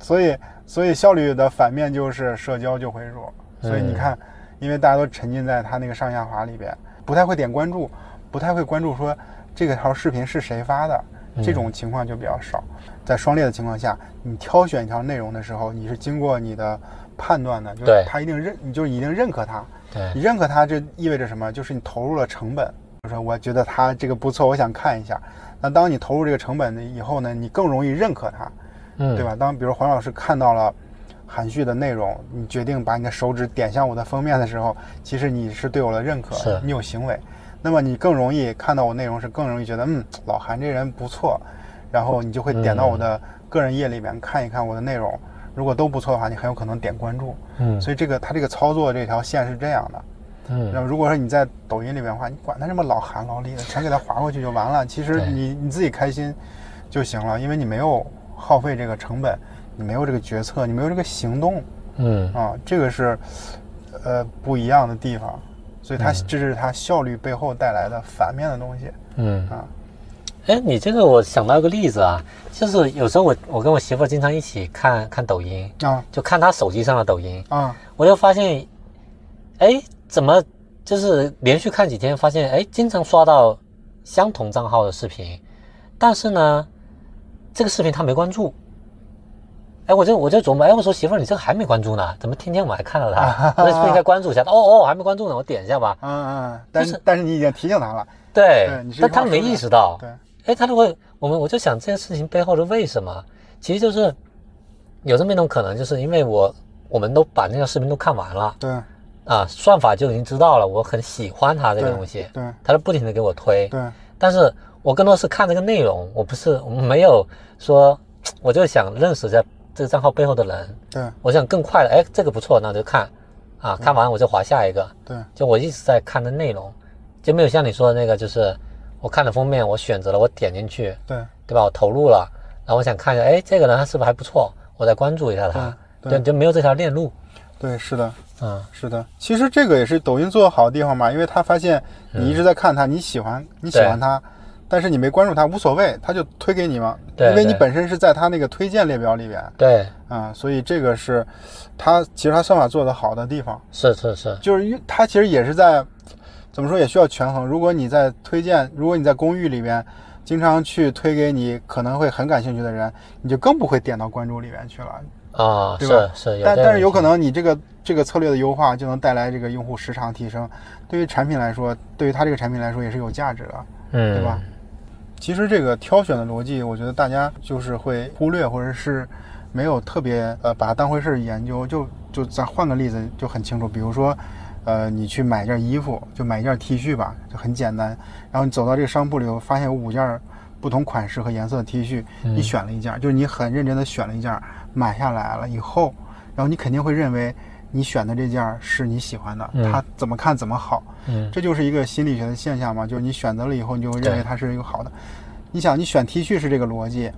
Speaker 2: 所以，所以效率的反面就是社交就会弱。所以
Speaker 1: 嗯
Speaker 2: 你看，因为大家都沉浸在他那个上下滑里边，不太会点关注，不太会关注说这个条视频是谁发的，
Speaker 1: 嗯
Speaker 2: 这种情况就比较少。在双列的情况下，你挑选一条内容的时候，你是经过你的判断的，就是
Speaker 1: 对
Speaker 2: 他一定认，你就一定认可他。
Speaker 1: 对
Speaker 2: 你认可它，这意味着什么？就是你投入了成本。就是说我觉得它这个不错，我想看一下。那当你投入这个成本的以后呢，你更容易认可它，
Speaker 1: 嗯
Speaker 2: 对吧？当比如黄老师看到了韩旭的内容，你决定把你的手指点向我的封面的时候，其实你是对我的认可
Speaker 1: 是，
Speaker 2: 你有行为。那么你更容易看到我内容，是更容易觉得嗯，老韩这人不错，然后你就会点到
Speaker 1: 嗯
Speaker 2: 我的个人页里面看一看我的内容。如果都不错的话，你很有可能点关注。
Speaker 1: 嗯
Speaker 2: 所以这个它这个操作这条线是这样的。那
Speaker 1: 嗯
Speaker 2: 么如果说你在抖音里边的话，你管他什么老韩老李的，全给他划过去就完了。其实
Speaker 1: 对
Speaker 2: 你你自己开心就行了，因为你没有耗费这个成本，你没有这个决策，你没有这个行动
Speaker 1: 嗯
Speaker 2: 啊，这个是呃不一样的地方。所以它这是它效率背后带来的反面的东西。
Speaker 1: 嗯
Speaker 2: 啊。
Speaker 1: 哎，你这个我想到一个例子啊，就是有时候我我跟我媳妇儿经常一起看看抖音，
Speaker 2: 啊
Speaker 1: 就看她手机上的抖音，
Speaker 2: 啊
Speaker 1: 我就发现，哎，怎么就是连续看几天，发现哎，经常刷到相同账号的视频，但是呢，这个视频他没关注。哎，我就我就琢磨，哎，我说媳妇儿，你这个还没关注呢，怎么天天我还看到 他？我是不是应该关注一下？哦哦，还没关注呢，我点一下吧。
Speaker 2: 啊啊！但是但是你已经提醒他了，
Speaker 1: 对
Speaker 2: 对你是一
Speaker 1: 但
Speaker 2: 块
Speaker 1: 他
Speaker 2: 儿
Speaker 1: 没
Speaker 2: 说的
Speaker 1: 意识到。
Speaker 2: 对，
Speaker 1: 哎，他就会，我们我就想这件事情背后的为什么，其实就是有这么一种可能，就是因为我我们都把那个视频都看完了，
Speaker 2: 对
Speaker 1: 啊，算法就已经知道了，我很喜欢它这个
Speaker 2: 对
Speaker 1: 东西，
Speaker 2: 对
Speaker 1: 它就不停的给我推。
Speaker 2: 对
Speaker 1: 但是我更多是看这个内容，我不是我没有说，我就想认识在这个账号背后的人，
Speaker 2: 对
Speaker 1: 我想更快的，哎，这个不错，那我就看，啊，
Speaker 2: 嗯
Speaker 1: 看完我就划下一个，
Speaker 2: 对
Speaker 1: 就我一直在看的内容，就没有像你说的那个，就是我看了封面，我选择了，我点进去，
Speaker 2: 对
Speaker 1: 对吧？我投入了，然后我想看一下，哎，这个人他是不是还不错，我再关注一下他，
Speaker 2: 对对
Speaker 1: 就没有这条链路，
Speaker 2: 对，是的。
Speaker 1: 嗯
Speaker 2: 是的，其实这个也是抖音做的好的地方嘛，因为他发现
Speaker 1: 嗯
Speaker 2: 你一直在看他，你喜欢你喜欢他，但是你没关注他，无所谓，他就推给你嘛，
Speaker 1: 对
Speaker 2: 因为你
Speaker 1: 对
Speaker 2: 本身是在他那个推荐列表里边
Speaker 1: 对，
Speaker 2: 啊、所以这个是他其实他算法做的好的地方，
Speaker 1: 是是是，
Speaker 2: 就是因为他其实也是在怎么说也需要权衡，如果你在推荐，如果你在公寓里边。经常去推给你可能会很感兴趣的人，你就更不会点到关注里边去了。
Speaker 1: 啊，
Speaker 2: 对吧
Speaker 1: 是是，有
Speaker 2: 但
Speaker 1: 这个
Speaker 2: 但是有
Speaker 1: 问题
Speaker 2: 可能你这个这个策略的优化就能带来这个用户时长提升，对于产品来说，对于它这个产品来说也是有价值的，
Speaker 1: 嗯，
Speaker 2: 对吧？？其实这个挑选的逻辑，我觉得大家就是会忽略或者是没有特别呃把它当回事儿研究，就就咱换个例子就很清楚，比如说，呃，你去买件衣服，就买一件 T 恤吧，就很简单。然后你走到这个商铺里头，发现有五件不同款式和颜色的 T 恤，
Speaker 1: 嗯
Speaker 2: 你选了一件，就是你很认真的选了一件，买下来了以后，然后你肯定会认为你选的这件是你喜欢的，
Speaker 1: 嗯
Speaker 2: 它怎么看怎么好，
Speaker 1: 嗯
Speaker 2: 这就是一个心理学的现象嘛，就是你选择了以后，你就会认为
Speaker 1: 对
Speaker 2: 它是一个好的。你想，你选 T 恤是这个逻辑，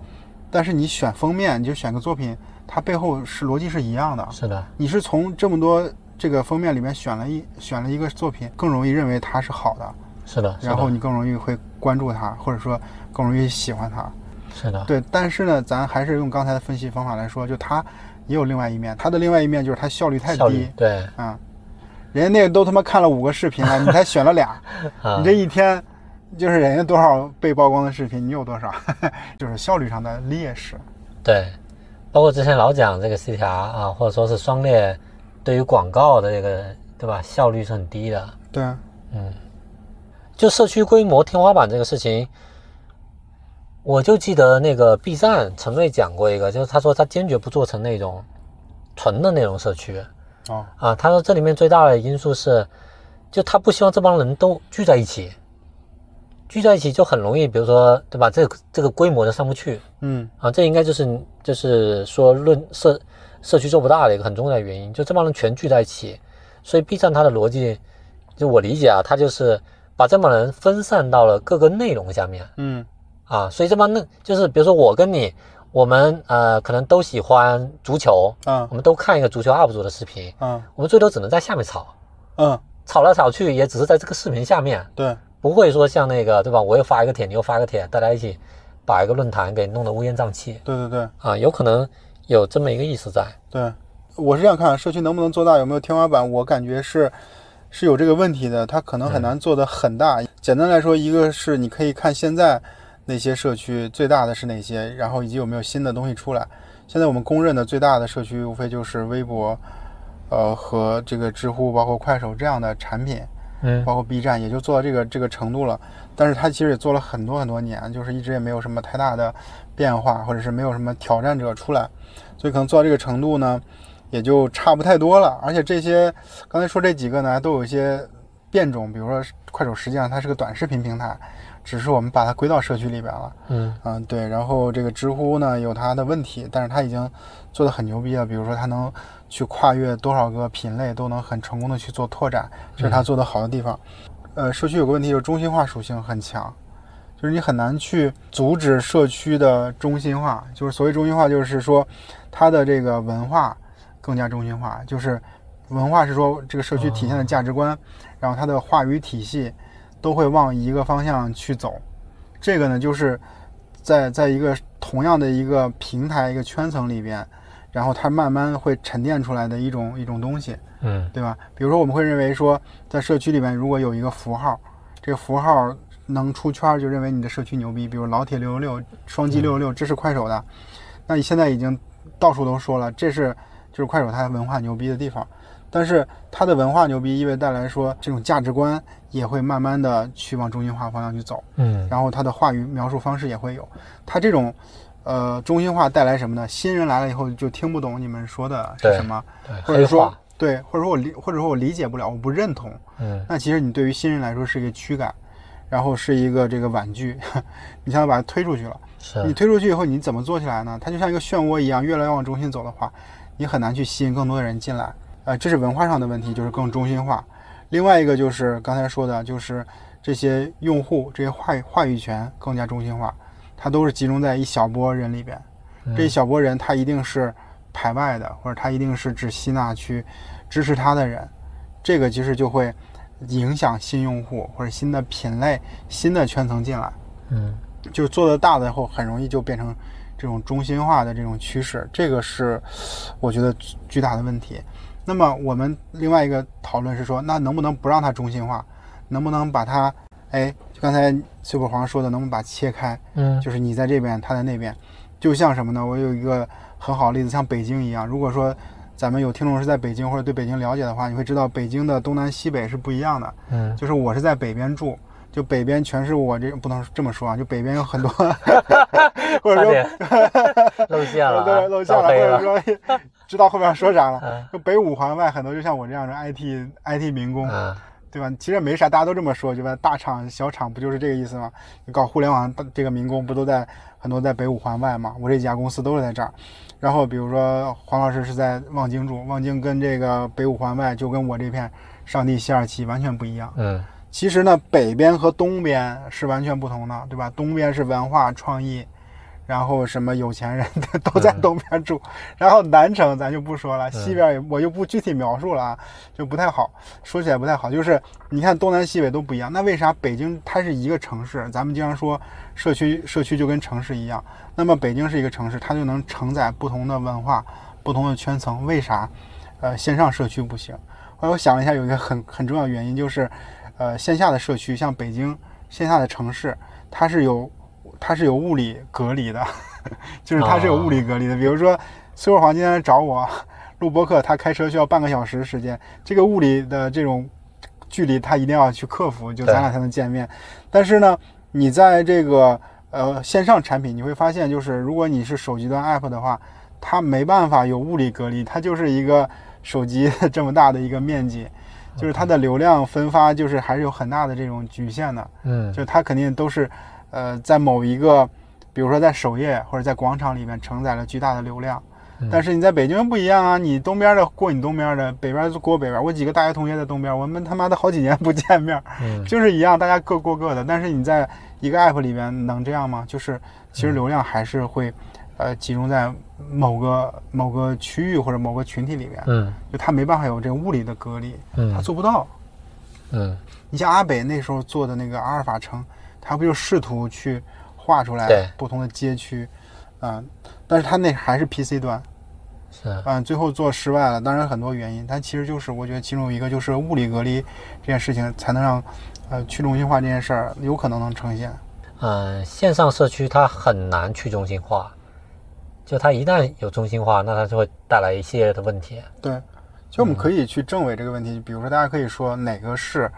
Speaker 2: 但是你选封面，你就选个作品，它背后是逻辑是一样的。
Speaker 1: 是的，
Speaker 2: 你是从这么多这个封面里面选了一选了一个作品，更容易认为它是好的，
Speaker 1: 是的，是
Speaker 2: 然后
Speaker 1: 的，
Speaker 2: 你更容易会关注它，或者说更容易喜欢它。
Speaker 1: 是的，
Speaker 2: 对，但是呢，咱还是用刚才的分析方法来说，就它也有另外一面，它的另外一面就是它效率太
Speaker 1: 效
Speaker 2: 低
Speaker 1: 率对
Speaker 2: 啊、人家那个都他妈看了五个视频了，你才选了俩。
Speaker 1: 啊
Speaker 2: 你这，一天就是人家多少被曝光的视频，你有多少， 就是效率上的劣势。
Speaker 1: 对，包括之前老讲这个 CTR 啊，或者说是双列，对于广告的这个对吧，效率是很低的。
Speaker 2: 对啊，
Speaker 1: 就社区规模天花板这个事情，我就记得那个 B 站陈瑞讲过一个，就是他说他坚决不做成那种纯的那种社区
Speaker 2: 哦，
Speaker 1: 啊。他说这里面最大的因素是，就他不希望这帮人都聚在一起，聚在一起就很容易，比如说对吧，这个这个规模就上不去
Speaker 2: 嗯，
Speaker 1: 啊。这应该就是就是说论社社区做不大的一个很重要的原因，就这帮人全聚在一起，所以 B 站它的逻辑，就我理解啊，它就是把这帮人分散到了各个内容下面
Speaker 2: 嗯，
Speaker 1: 啊，所以这帮内就是比如说我跟你，我们呃可能都喜欢足球，
Speaker 2: 啊
Speaker 1: 我，们都看一个足球 UP 主的视频，
Speaker 2: 啊，
Speaker 1: 我们最多只能在下面吵，
Speaker 2: 嗯，
Speaker 1: 吵来吵去也只是在这个视频下面，
Speaker 2: 对，
Speaker 1: 不会说像那个对吧，我又发一个帖，你又发个帖，大家一起把一个论坛给弄得乌烟瘴气
Speaker 2: 对对对
Speaker 1: 啊，有可能有这么一个意思在，
Speaker 2: 对，我是这样看，社区能不能做大，有没有天花板，我感觉是。是有这个问题的，它可能很难做得很大。简单来说，一个是你可以看现在那些社区最大的是哪些，然后以及有没有新的东西出来。现在我们公认的最大的社区，无非就是微博，呃和这个知乎，包括快手这样的产品。
Speaker 1: 嗯
Speaker 2: 包括 B 站，也就做到这个这个程度了。但是它其实也做了很多很多年，就是一直也没有什么太大的变化，或者是没有什么挑战者出来，所以可能做到这个程度呢，也就差不太多了。而且这些刚才说这几个呢，都有一些变种，比如说快手，实际上它是个短视频平台，只是我们把它归到社区里边了。
Speaker 1: 嗯
Speaker 2: 嗯，对，然后这个知乎呢有它的问题，但是它已经做得很牛逼了。比如说，它能去跨越多少个品类，都能很成功的去做拓展，这是它做得好的地方。呃，社区有个问题就是中心化属性很强，就是你很难去阻止社区的中心化。就是所谓中心化，就是说它的这个文化更加中心化，就是文化是说这个社区体现的价值观，然后它的话语体系都会往一个方向去走。这个呢，就是在在一个同样的一个平台、一个圈层里边，然后它慢慢会沉淀出来的一种一种东西，
Speaker 1: 嗯
Speaker 2: 对吧？比如说，我们会认为说，在社区里面如果有一个符号，这个符号能出圈儿，就认为你的社区牛逼。比如老铁六六六、双击六六六，这是快手的。那你现在已经到处都说了，这是就是快手它文化牛逼的地方。但是它的文化牛逼意味带来说，这种价值观也会慢慢的去往中心化方向去走。
Speaker 1: 嗯
Speaker 2: 然后他的话语描述方式也会有。他这种呃中心化带来什么呢？新人来了以后就听不懂你们说的是
Speaker 1: 对
Speaker 2: 什么，
Speaker 1: 对，
Speaker 2: 或者
Speaker 1: 黑
Speaker 2: 说
Speaker 1: 化，
Speaker 2: 对，或者说我理或者说我理解不了，我不认同。
Speaker 1: 嗯
Speaker 2: 那其实你对于新人来说是一个驱赶，然后是一个这个婉拒， 你想把他推出去了。你
Speaker 1: 是
Speaker 2: 推出去以后，你怎么做起来呢？它就像一个漩涡一样，越来越往中心走的话，你很难去吸引更多的人进来。呃，这是文化上的问题，就是更中心化。另外一个就是刚才说的，就是这些用户这些话语话语权更加中心化，它都是集中在一小波人里边。这一小波人他一定是排外的，或者他一定是只吸纳去支持他的人，这个其实就会影响新用户或者新的品类、新的圈层进来。
Speaker 1: 嗯
Speaker 2: 就是做的大了以后，很容易就变成这种中心化的这种趋势，这个是我觉得巨巨大的问题。那么我们另外一个讨论是说，那能不能不让它中心化？能不能把它，哎，就刚才碎破黄说的，能不能把它切开？
Speaker 1: 嗯
Speaker 2: 就是你在这边，他在那边，就像什么呢？我有一个很好的例子，像北京一样，如果说咱们有听众是在北京或者对北京了解的话，你会知道北京的东南西北是不一样的。
Speaker 1: 嗯
Speaker 2: 就是我是在北边住，就北边全是我这不能这么说啊，就北边有很 多，或者说
Speaker 1: 露馅了、啊，
Speaker 2: 对露馅
Speaker 1: 招
Speaker 2: 了，
Speaker 1: 黑了
Speaker 2: 或者说知道后面要说啥了
Speaker 1: 嗯。
Speaker 2: 就北五环外很多就像我这样的 IT IT 民工，
Speaker 1: 嗯
Speaker 2: 对吧？其实也没啥，大家都这么说，对吧？大厂小厂不就是这个意思吗？搞互联网这个民工不都在很多在北五环外吗？我这几家公司都是在这儿。然后比如说黄老师是在望京住，望京跟这个北五环外就跟我这片上地西二旗完全不一样。
Speaker 1: 嗯
Speaker 2: 其实呢，北边和东边是完全不同的，对吧？东边是文化创意，然后什么有钱人都在东边住，然后南城咱就不说了，西边也我就不具体描述了啊，就不太好，说起来不太好。就是你看东南西北都不一样，那为啥北京它是一个城市？咱们经常说社区社区就跟城市一样，那么北京是一个城市，它就能承载不同的文化、不同的圈层，为啥？呃，线上社区不行。后来我想了一下，有一个很很重要的原因就是，呃，线下的社区，像北京线下的城市，它是有它是有物理隔离的， 就是它是有物理隔离的。比如说，崔若华今天来找我录播客，他开车需要半个小时时间，这个物理的这种距离他一定要去克服，就
Speaker 1: 对
Speaker 2: 咱俩才能见面。但是呢，你在这个呃线上产品，你会发现，就是如果你是手机端 app 的话，它没办法有物理隔离，它就是一个手机这么大的一个面积，就是它的流量分发就是还是有很大的这种局限的。
Speaker 1: 嗯
Speaker 2: 就它肯定都是，呃，在某一个，比如说在首页或者在广场里面承载了巨大的流量。
Speaker 1: 嗯
Speaker 2: 但是你在北京不一样啊，你东边的过你东边的，北边就过北边。我几个大学同学在东边，我们他妈的好几年不见面，
Speaker 1: 嗯
Speaker 2: 就是一样，大家各过各的。但是你在一个 app 里面能这样吗？就是其实流量还是会，呃，集中在某个某个区域或者某个群体里面，
Speaker 1: 嗯
Speaker 2: 就它没办法有这个物理的隔离，它
Speaker 1: 嗯
Speaker 2: 做不到。
Speaker 1: 嗯，
Speaker 2: 你像阿北那时候做的那个阿尔法城，他不就试图去画出
Speaker 1: 对
Speaker 2: 来不同的街区，啊、但是他那还是 PC 端，
Speaker 1: 是
Speaker 2: 啊、最后做失败了，当然很多原因，但其实就是我觉得其中有一个就是物理隔离这件事情才能让，呃，去中心化这件事儿有可能能呈现。
Speaker 1: 嗯，线上社区它很难去中心化，就它一旦有中心化，那它就会带来一系列的问题。
Speaker 2: 对，其实我们可以去证伪这个问题，比如说大家可以说哪个是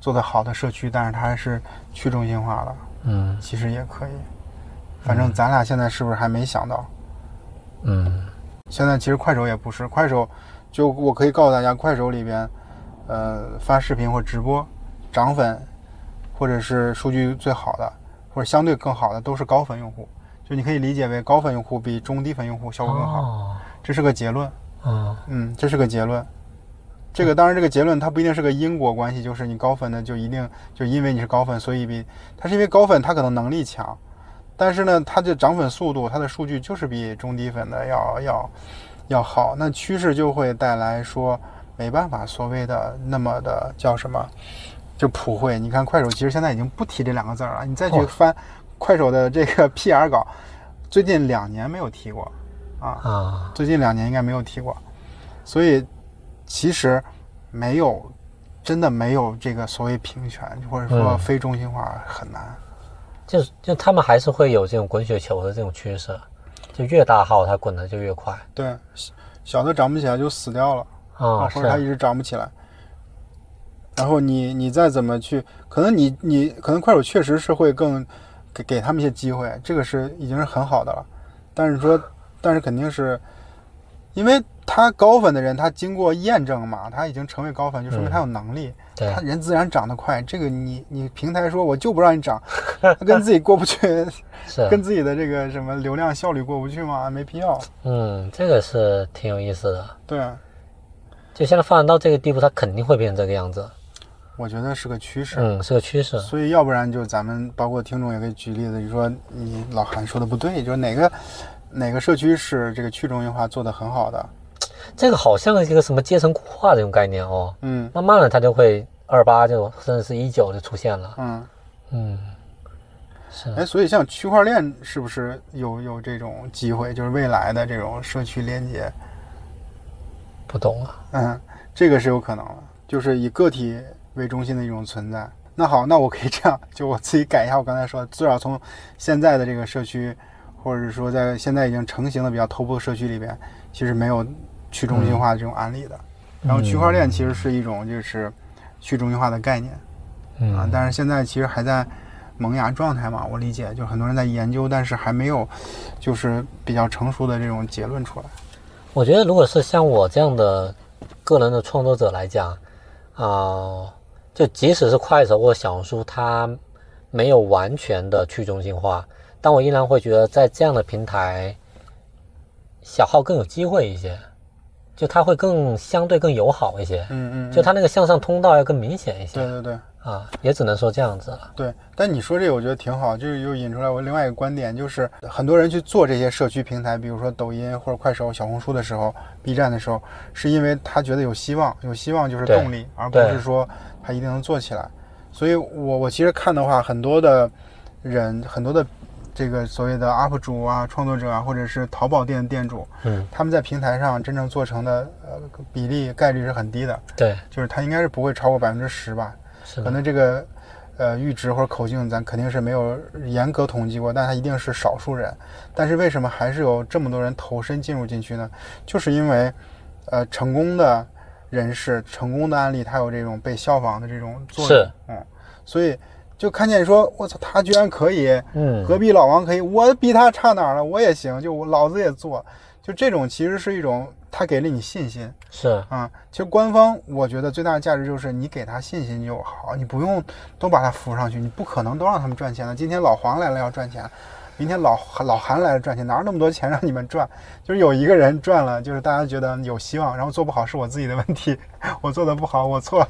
Speaker 2: 做得好的社区，但是它还是去中心化了，
Speaker 1: 嗯
Speaker 2: 其实也可以。反正咱俩现在是不是还没想到？
Speaker 1: 嗯
Speaker 2: 现在其实快手也不是，快手就我可以告诉大家，快手里边，呃，发视频或直播，涨粉或者是数据最好的，或者相对更好的都是高粉用户，就你可以理解为高粉用户比中低粉用户效果更好，
Speaker 1: 哦
Speaker 2: 这是个结论。
Speaker 1: 嗯
Speaker 2: 嗯，这是个结论。这个当然，这个结论它不一定是个因果关系，就是你高粉的就一定就因为你是高粉，所以比它是因为高粉他可能能力强，但是呢，它的涨粉速度、它的数据就是比中低粉的要要要好。那趋势就会带来说没办法，所谓的那么的叫什么，就普惠。你看快手其实现在已经不提这两个字儿了，你再去
Speaker 1: 哦
Speaker 2: 翻快手的这个 PR 稿，最近两年没有提过。
Speaker 1: 啊
Speaker 2: 最近两年应该没有提过，所以其实没有，真的没有这个所谓平权，或者说
Speaker 1: 嗯
Speaker 2: 非中心化很难。
Speaker 1: 就是就他们还是会有这种滚雪球的这种趋势，就越大号它滚的就越快
Speaker 2: 对，小小的长不起来就死掉了，
Speaker 1: 啊，
Speaker 2: 或者它一
Speaker 1: 是
Speaker 2: 直长不起来。然后你你再怎么去，可能你你可能快手确实是会更给给他们一些机会，这个是已经是很好的了。但是说，但是肯定是，因为他高粉的人，他经过验证嘛，他已经成为高粉，就说明
Speaker 1: 嗯
Speaker 2: 他有能力。
Speaker 1: 对
Speaker 2: 他，人自然长得快，这个你你平台说我就不让你涨，他跟自己过不去，
Speaker 1: 是
Speaker 2: 跟自己的这个什么流量效率过不去吗？没必要。
Speaker 1: 嗯，这个是挺有意思的。
Speaker 2: 对，
Speaker 1: 就现在发展到这个地步，它肯定会变成这个样子。
Speaker 2: 我觉得是个趋势。
Speaker 1: 嗯，是个趋势。
Speaker 2: 所以要不然就咱们包括听众也可以举例子，就说你老韩说的不对，就是哪个哪个社区是这个去中心化做得很好的，
Speaker 1: 这个好像是一个什么阶层固化这种概念哦，
Speaker 2: 嗯
Speaker 1: 慢慢的它就会二八这种，甚至是一九就出现了。
Speaker 2: 嗯，
Speaker 1: 嗯，是
Speaker 2: 哎，所以像区块链是不是有有这种机会，就是未来的这种社区连接？
Speaker 1: 不懂啊。
Speaker 2: 嗯，这个是有可能的，就是以个体为中心的一种存在。那好，那我可以这样，就我自己改一下我刚才说的，至少从现在的这个社区，或者说在现在已经成型的比较头部的社区里边，其实没有去中心嗯化的这种案例的。然后区块链其实是一种就是去中心化的概念，
Speaker 1: 嗯
Speaker 2: 啊，但是现在其实还在萌芽状态嘛，我理解，就很多人在研究，但是还没有就是比较成熟的这种结论出来。
Speaker 1: 我觉得如果是像我这样的个人的创作者来讲，啊、就即使是快手或小红书，它没有完全的去中心化，但我依然会觉得在这样的平台，小号更有机会一些，就它会更相对更友好一些，
Speaker 2: 嗯嗯，嗯
Speaker 1: 就它那个向上通道要更明显一些
Speaker 2: 对对对
Speaker 1: 啊，也只能说这样子了。
Speaker 2: 对。但你说这个我觉得挺好，就是又引出来我另外一个观点，就是很多人去做这些社区平台，比如说抖音或者快手、小红书的时候，B 站的时候，是因为他觉得有希望，有希望就是
Speaker 1: 对
Speaker 2: 动力，而不
Speaker 1: 对
Speaker 2: 是说他一定能做起来。所以我我其实看的话，很多的人，很多的这个所谓的 UP 主啊、创作者啊，或者是淘宝店店主，
Speaker 1: 嗯，
Speaker 2: 他们在平台上真正做成的呃比例概率是很低的，
Speaker 1: 对，
Speaker 2: 就是它应该是不会超过百分之十吧。
Speaker 1: 是
Speaker 2: 可
Speaker 1: 的，
Speaker 2: 能这个呃阈值或者口径咱肯定是没有严格统计过，但它一定是少数人。但是为什么还是有这么多人投身进入进去呢？就是因为呃成功的人士、成功的案例，它有这种被效仿的这种作用。
Speaker 1: 是
Speaker 2: 嗯，所以就看见说，我操，他居然可以，
Speaker 1: 嗯，
Speaker 2: 隔壁老王可以，我比他差哪儿了？我也行，就我老子也做。就这种其实是一种，他给了你信心，
Speaker 1: 是
Speaker 2: 啊、其实官方我觉得最大的价值就是你给他信心就好，你不用都把他扶上去，你不可能都让他们赚钱的。今天老黄来了要赚钱，明天老老韩来了赚钱，哪有那么多钱让你们赚？就是有一个人赚了，就是大家觉得有希望，然后做不好是我自己的问题， 我做的不好，我错了。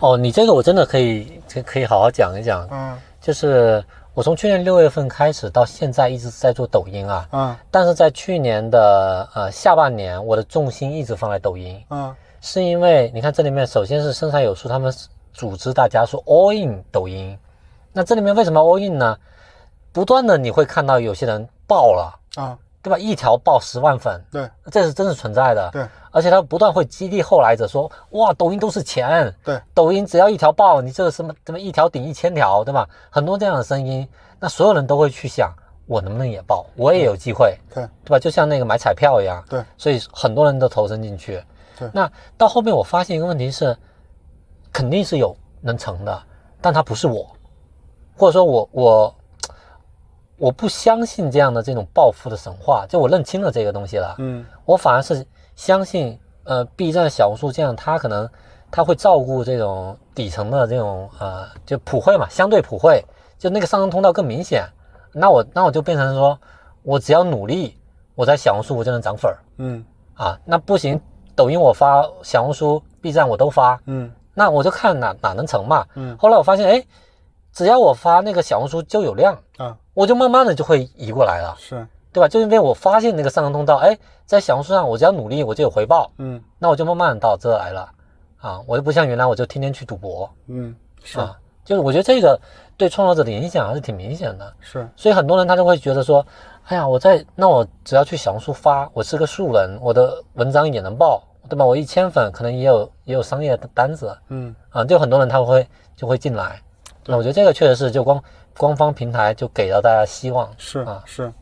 Speaker 1: 哦，你这个我真的可以可可以好好讲一讲，
Speaker 2: 嗯
Speaker 1: 就是我从去年六月份开始到现在一直在做抖音啊，
Speaker 2: 嗯
Speaker 1: 但是在去年的呃下半年，我的重心一直放在抖音，
Speaker 2: 嗯
Speaker 1: 是因为你看这里面首先是生产有数，他们组织大家说 all in 抖音，那这里面为什么 all in 呢？不断的你会看到有些人爆了，
Speaker 2: 啊，
Speaker 1: 对吧？一条爆十万粉，
Speaker 2: 对
Speaker 1: 这是真实存在的。
Speaker 2: 对，
Speaker 1: 而且它不断会激励后来者说，哇，抖音都是钱，
Speaker 2: 对，
Speaker 1: 抖音只要一条爆，你这个什么什么一条顶一千条，对吧？很多这样的声音，那所有人都会去想，我能不能也爆，我也有机会，
Speaker 2: 对
Speaker 1: 对吧？就像那个买彩票一样，
Speaker 2: 对，
Speaker 1: 所以很多人都投身进去。
Speaker 2: 对
Speaker 1: 那到后面我发现一个问题是，肯定是有能成的，但他不是我，或者说我我我不相信这样的这种暴富的神话，就我认清了这个东西了。
Speaker 2: 嗯
Speaker 1: 我反而是相信，呃，B 站、小红书这样，它可能它会照顾这种底层的这种呃，就普惠嘛，相对普惠，就那个上升通道更明显。那我那我就变成说，我只要努力，我在小红书我就能涨粉儿
Speaker 2: 嗯
Speaker 1: 啊。那不行，抖音我发，小红书、B 站我都发，
Speaker 2: 嗯
Speaker 1: 那我就看哪哪能成嘛。
Speaker 2: 嗯
Speaker 1: 后来我发现，哎，只要我发那个小红书就有量，
Speaker 2: 啊，
Speaker 1: 我就慢慢的就会移过来了。
Speaker 2: 是
Speaker 1: 对吧？就因为我发现那个上升通道，哎，在小红书上我只要努力，我就有回报，
Speaker 2: 嗯
Speaker 1: 那我就慢慢地到这来了啊！我就不像原来我就天天去赌博
Speaker 2: 嗯是
Speaker 1: 啊，就是我觉得这个对创作者的影响还是挺明显的，
Speaker 2: 是
Speaker 1: 所以很多人他就会觉得说，哎呀，我在那我只要去小红书发，我是个素人，我的文章也能爆，对吧？我一千粉可能也有也有商业的单子
Speaker 2: 嗯
Speaker 1: 啊，就很多人他会就会进来，
Speaker 2: 对
Speaker 1: 那我觉得这个确实是就官官方平台就给了大家希望，
Speaker 2: 是
Speaker 1: 啊
Speaker 2: 是，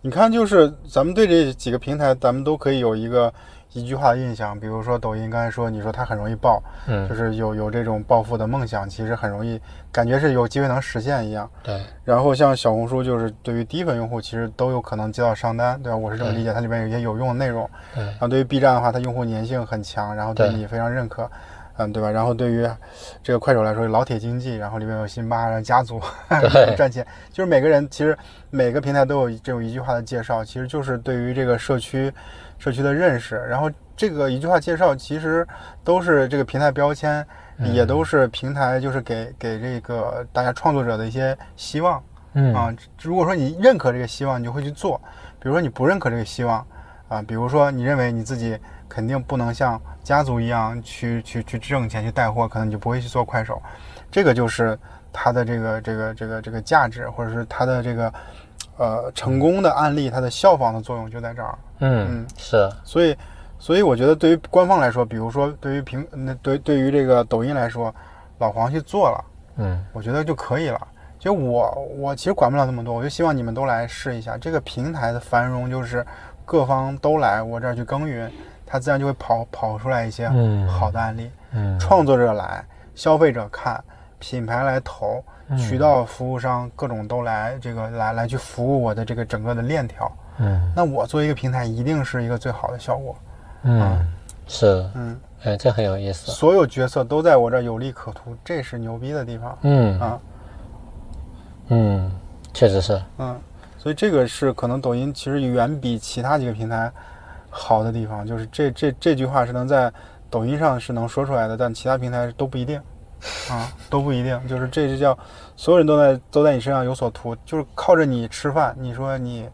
Speaker 2: 你看，就是咱们对这几个平台，咱们都可以有一个一句话的印象。比如说抖音，刚才说你说它很容易爆，就
Speaker 1: 嗯，
Speaker 2: 是有有这种暴富的梦想，其实很容易，感觉是有机会能实现一样。
Speaker 1: 对，
Speaker 2: 然后像小红书，就是对于低粉用户，其实都有可能接到商单，对吧？我是这么
Speaker 1: 对
Speaker 2: 理解，它里面有一些有用的内容。
Speaker 1: 对
Speaker 2: 然后对于 B 站的话，它用户粘性很强，然后对
Speaker 1: 对
Speaker 2: 你非常认可，嗯，对吧？然后对于这个快手来说，老铁经济，然后里面有辛巴，然后家族
Speaker 1: 对
Speaker 2: 赚钱，就是每个人其实每个平台都有这种一句话的介绍，其实就是对于这个社区社区的认识。然后这个一句话介绍其实都是这个平台标签，也都是平台就是给给这个大家创作者的一些希望。
Speaker 1: 嗯
Speaker 2: 啊，如果说你认可这个希望，你就会去做；比如说你不认可这个希望，啊，比如说你认为你自己肯定不能像家族一样去去去挣钱去带货，可能你就不会去做快手。这个就是它的这个这个这个这个价值，或者是它的这个呃成功的案例，它的效仿的作用就在这儿。
Speaker 1: 嗯
Speaker 2: 嗯，
Speaker 1: 是，
Speaker 2: 所以，所以我觉得对于官方来说，比如说对于平那对对于这个抖音来说，老黄去做了。
Speaker 1: 嗯
Speaker 2: 我觉得就可以了。就我我其实管不了那么多，我就希望你们都来试一下这个平台的繁荣，就是各方都来我这儿去耕耘，它自然就会跑跑出来一些
Speaker 1: 嗯
Speaker 2: 好的案例。
Speaker 1: 嗯，
Speaker 2: 创作者来，消费者看，品牌来投，
Speaker 1: 嗯
Speaker 2: 渠道服务商各种都来这个来来去服务我的这个整个的链条。
Speaker 1: 嗯
Speaker 2: 那我做一个平台，一定是一个最好的效果。啊
Speaker 1: 嗯，是，
Speaker 2: 嗯，
Speaker 1: 哎，这很有意思。
Speaker 2: 所有角色都在我这儿有利可图，这是牛逼的地方
Speaker 1: 嗯
Speaker 2: 啊。
Speaker 1: 嗯，确实是。
Speaker 2: 嗯，所以这个是可能抖音其实远比其他几个平台好的地方，就是这这这句话是能在抖音上是能说出来的，但其他平台都不一定啊，都不一定。就是这就叫所有人都在都在你身上有所图，就是靠着你吃饭。你说你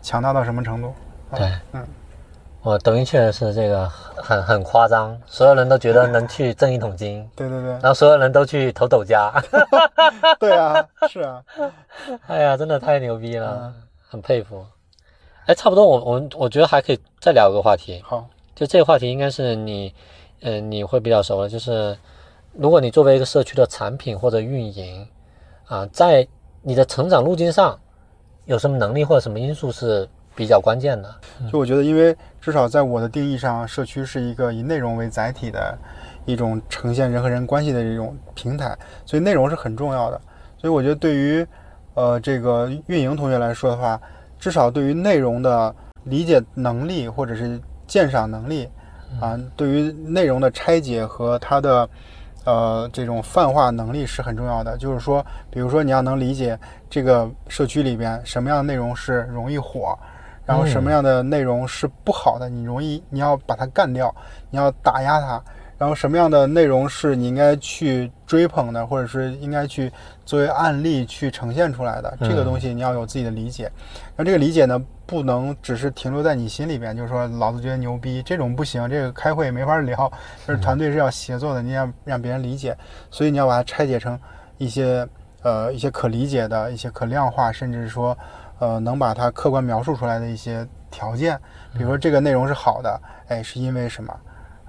Speaker 2: 强大到什么程度？
Speaker 1: 对，
Speaker 2: 嗯，
Speaker 1: 我抖音确实是这个很很夸张，所有人都觉得能去挣一桶金，
Speaker 2: 对对对，
Speaker 1: 然后所有人都去投抖加，
Speaker 2: 对啊，是啊，
Speaker 1: 哎呀，真的太牛逼了，很佩服。哎，差不多我，我们我觉得还可以再聊一个话题，
Speaker 2: 好，
Speaker 1: 就这个话题应该是你，嗯、你会比较熟的，就是如果你作为一个社区的产品或者运营，啊，在你的成长路径上有什么能力或者什么因素是比较关键的？
Speaker 2: 就我觉得，因为至少在我的定义上，社区是一个以内容为载体的一种呈现人和人关系的这种平台，所以内容是很重要的。所以我觉得，对于呃这个运营同学来说的话，至少对于内容的理解能力或者是鉴赏能力啊，对于内容的拆解和它的呃这种泛化能力是很重要的。就是说，比如说你要能理解这个社区里边什么样的内容是容易火，然后什么样的内容是不好的，你容易你要把它干掉，你要打压它。然后什么样的内容是你应该去追捧的，或者是应该去作为案例去呈现出来的？这
Speaker 1: 嗯
Speaker 2: 个东西你要有自己的理解。然后这个理解呢，不能只是停留在你心里边，就是说老子觉得牛逼，这种不行，这个开会没法聊，就是团队是要协作的，你要让别人理解，所以你要把它拆解成一些呃一些可理解的、一些可量化，甚至说呃能把它客观描述出来的一些条件，比如说这个内容是好的，哎，是因为什么？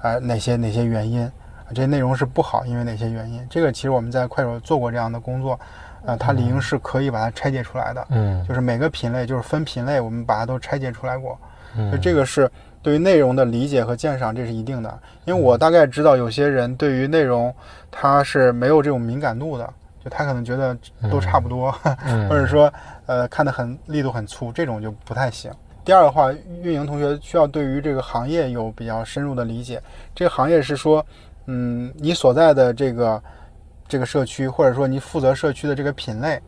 Speaker 2: 啊、哪些哪些原因？这些内容是不好，因为哪些原因？这个其实我们在快手做过这样的工作，啊，它理应是可以把它拆解出来的。
Speaker 1: 嗯
Speaker 2: 就是每个品类，就是分品类，我们把它都拆解出来过。
Speaker 1: 嗯
Speaker 2: 就这个是对于内容的理解和鉴赏，这是一定的。因为我大概知道有些人对于内容他是没有这种敏感度的，就他可能觉得都差不多，
Speaker 1: 嗯
Speaker 2: 或者说呃看得很力度很粗，这种就不太行。第二的话，运营同学需要对于这个行业有比较深入的理解。这个行业是说，嗯，你所在的这个这个社区，或者说你负责社区的这个品类，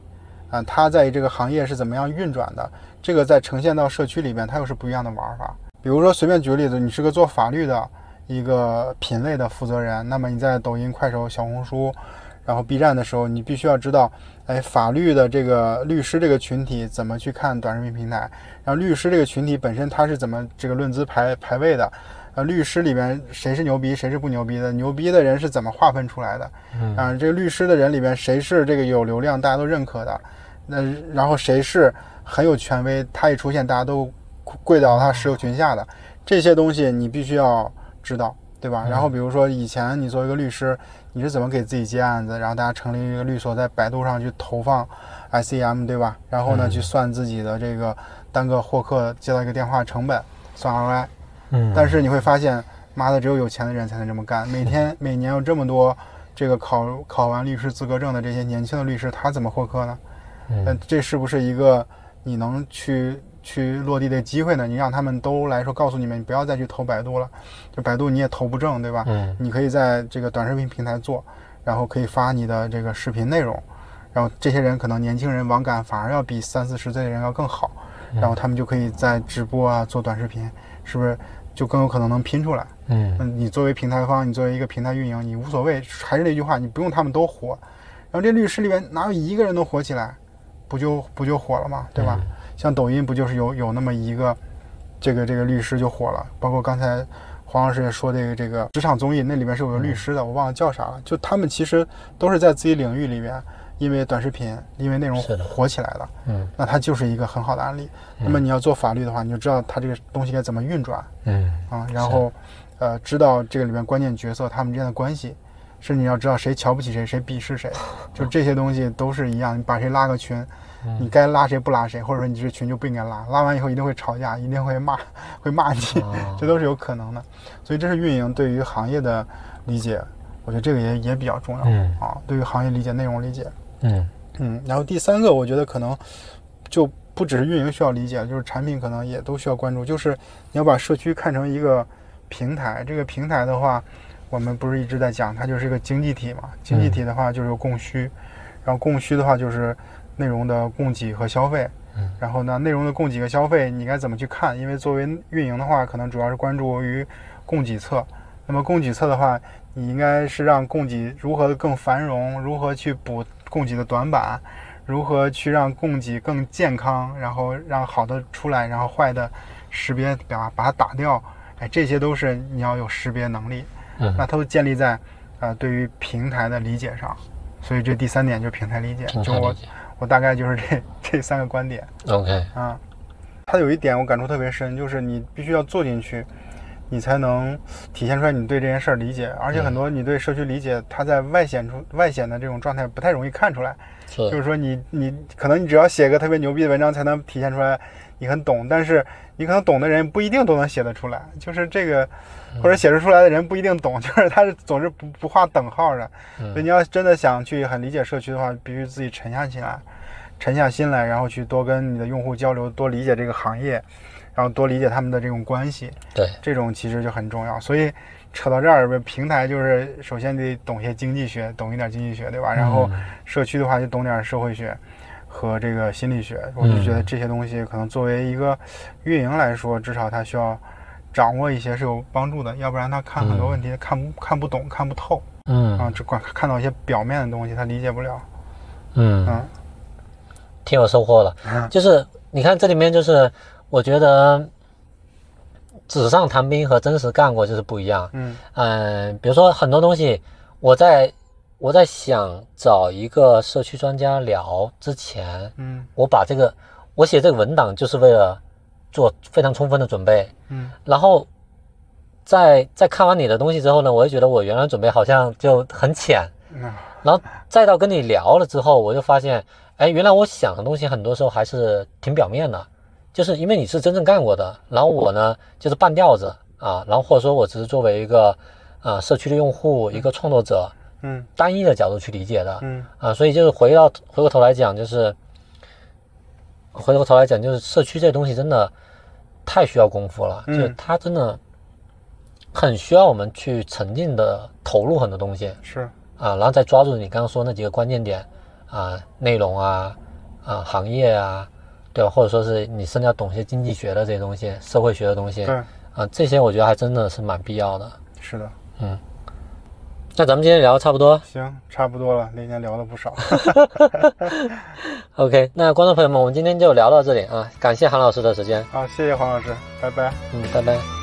Speaker 2: 啊，它在这个行业是怎么样运转的，这个在呈现到社区里边，它又是不一样的玩法。比如说，随便举个例子，你是个做法律的一个品类的负责人，那么你在抖音、快手、小红书，然后 B 站的时候，你必须要知道，哎，法律的这个律师这个群体怎么去看短视频平台，然后律师这个群体本身它是怎么这个论资排排位的。呃，律师里边谁是牛逼，谁是不牛逼的？牛逼的人是怎么划分出来的？
Speaker 1: 嗯
Speaker 2: 啊，这个律师的人里边，谁是这个有流量，大家都认可的？那然后谁是很有权威，他一出现，大家都跪到他石榴裙下的？这些东西你必须要知道，对吧？然后比如说以前你作为一个律师，你是怎么给自己接案子？然后大家成立一个律所，在百度上去投放 ICM，对吧？然后呢，去算自己的这个单个获客接到一个电话成本，算 ROI。
Speaker 1: 嗯
Speaker 2: 但是你会发现，妈的，只有有钱的人才能这么干。每天每年有这么多这个考考完律师资格证的这些年轻的律师，他怎么获客呢？
Speaker 1: 嗯
Speaker 2: 呃，这是不是一个你能去去落地的机会呢？你让他们都来说，告诉你们，你不要再去投百度了，就百度你也投不正，对吧？
Speaker 1: 嗯
Speaker 2: 你可以在这个短视频平台做，然后可以发你的这个视频内容，然后这些人可能年轻人网感反而要比三四十岁的人要更好，然后他们就可以在直播啊做短视频，是不是就更有可能能拼出来？
Speaker 1: 嗯
Speaker 2: 嗯，你作为平台方，你作为一个平台运营，你无所谓，还是那句话，你不用他们都火。然后这律师里面哪有一个人能火起来，不就不就火了吗？对
Speaker 1: 嗯
Speaker 2: 吧？像抖音不就是有有那么一个，这个这个律师就火了，包括刚才黄老师也说这个这个职场综艺那里面是有个
Speaker 1: 嗯
Speaker 2: 律师的，我忘了叫啥了。就他们其实都是在自己领域里面，因为短视频，因为内容
Speaker 1: 是的
Speaker 2: 火起来的。
Speaker 1: 嗯，
Speaker 2: 那它就是一个很好的案例。那么你要做法律的话，你就知道它这个东西该怎么运转。
Speaker 1: 嗯
Speaker 2: 啊，然后呃，知道这个里面关键角色他们之间的关系，甚至你要知道谁瞧不起谁，谁鄙视谁，就这些东西都是一样。你把谁拉个群，你该拉谁不拉谁，或者说你这群就不应该拉，拉完以后一定会吵架，一定会
Speaker 1: 嗯
Speaker 2: 骂，
Speaker 1: 哦
Speaker 2: 会骂你，这都是有可能的。所以这是运营对于行业的理解我觉得这个也也比较重要、
Speaker 1: 嗯
Speaker 2: 啊，对于行业理解、内容理解。
Speaker 1: 嗯
Speaker 2: 嗯，然后第三个，我觉得可能就不只是运营需要理解，就是产品可能也都需要关注。就是你要把社区看成一个平台，这个平台的话，我们不是一直在讲，它就是一个经济体嘛。经济体的话就是有供需，然后供需的话就是内容的供给和消费
Speaker 1: 嗯。
Speaker 2: 然后呢，内容的供给和消费你该怎么去看？因为作为运营的话，可能主要是关注于供给侧。那么供给侧的话，你应该是让供给如何更繁荣，如何去补供给的短板，如何去让供给更健康，然后让好的出来，然后坏的识别把把它打掉，哎，这些都是你要有识别能力。
Speaker 1: 嗯
Speaker 2: 那它都建立在呃对于平台的理解上，所以这第三点就是平台理解，
Speaker 1: 平
Speaker 2: 就
Speaker 1: 台理
Speaker 2: 我
Speaker 1: 解
Speaker 2: 我大概就是这这三个观点。
Speaker 1: ，OK，
Speaker 2: 啊，它有一点我感触特别深，就是你必须要做进去，你才能体现出来你对这件事儿理解。而且很多你对社区理解，它在外显出外显的这种状态不太容易看出来。
Speaker 1: 是
Speaker 2: 就是说你你可能你只要写个特别牛逼的文章才能体现出来你很懂，但是你可能懂的人不一定都能写得出来，就是这个或者写得出来的人不一定懂，就是他是总是不不画等号的。所以你要真的想去很理解社区的话，必须自己沉下心来，沉下心来，然后去多跟你的用户交流，多理解这个行业，然后多理解他们的这种关系，
Speaker 1: 对，
Speaker 2: 这种其实就很重要。所以扯到这儿，平台就是首先得懂些经济学，懂一点经济学，对吧？然
Speaker 1: 嗯
Speaker 2: 后社区的话就懂点社会学和这个心理学。我就觉得这些东西可能作为一个运营来说，至少它需要掌握一些是有帮助的，要不然他看很多问题、看不看不懂、看不透啊，
Speaker 1: 嗯
Speaker 2: 只管看到一些表面的东西，他理解不了。
Speaker 1: 嗯
Speaker 2: 嗯
Speaker 1: 挺有收获的。
Speaker 2: 嗯
Speaker 1: 就是你看这里面，就是我觉得纸上谈兵和真实干过就是不一样。
Speaker 2: 嗯
Speaker 1: 嗯，比如说很多东西，我在我在想找一个社区专家聊之前，
Speaker 2: 嗯
Speaker 1: 我把这个我写这个文档就是为了做非常充分的准备，
Speaker 2: 嗯
Speaker 1: 然后在在看完你的东西之后呢，我就觉得我原来准备好像就很浅，
Speaker 2: 嗯
Speaker 1: 然后再到跟你聊了之后，我就发现，哎，原来我想的东西很多时候还是挺表面的，就是因为你是真正干过的，然后我呢就是半吊子啊，然后或者说我只是作为一个呃社区的用户、一个创作者，
Speaker 2: 嗯
Speaker 1: 单一的角度去理解的
Speaker 2: 嗯
Speaker 1: 啊，所以就是回到回过头来讲，就是回过头来讲，就是社区这东西真的太需要功夫了，
Speaker 2: 嗯
Speaker 1: 就是它真的很需要我们去沉浸的投入很多东西。
Speaker 2: 是
Speaker 1: 啊，然后再抓住你刚刚说那几个关键点啊，内容啊，啊，行业啊，对吧？或者说是你甚至要懂一些经济学的这些东西、社会学的东西
Speaker 2: 对
Speaker 1: 啊，这些我觉得还真的是蛮必要的。
Speaker 2: 是的，
Speaker 1: 那咱们今天聊得差不多
Speaker 2: 行，差不多了，那天聊了不少。
Speaker 1: ，OK。那观众朋友们，我们今天就聊到这里啊，感谢韩老师的时间，
Speaker 2: 好，谢谢黄老师，拜拜。
Speaker 1: 嗯，拜拜。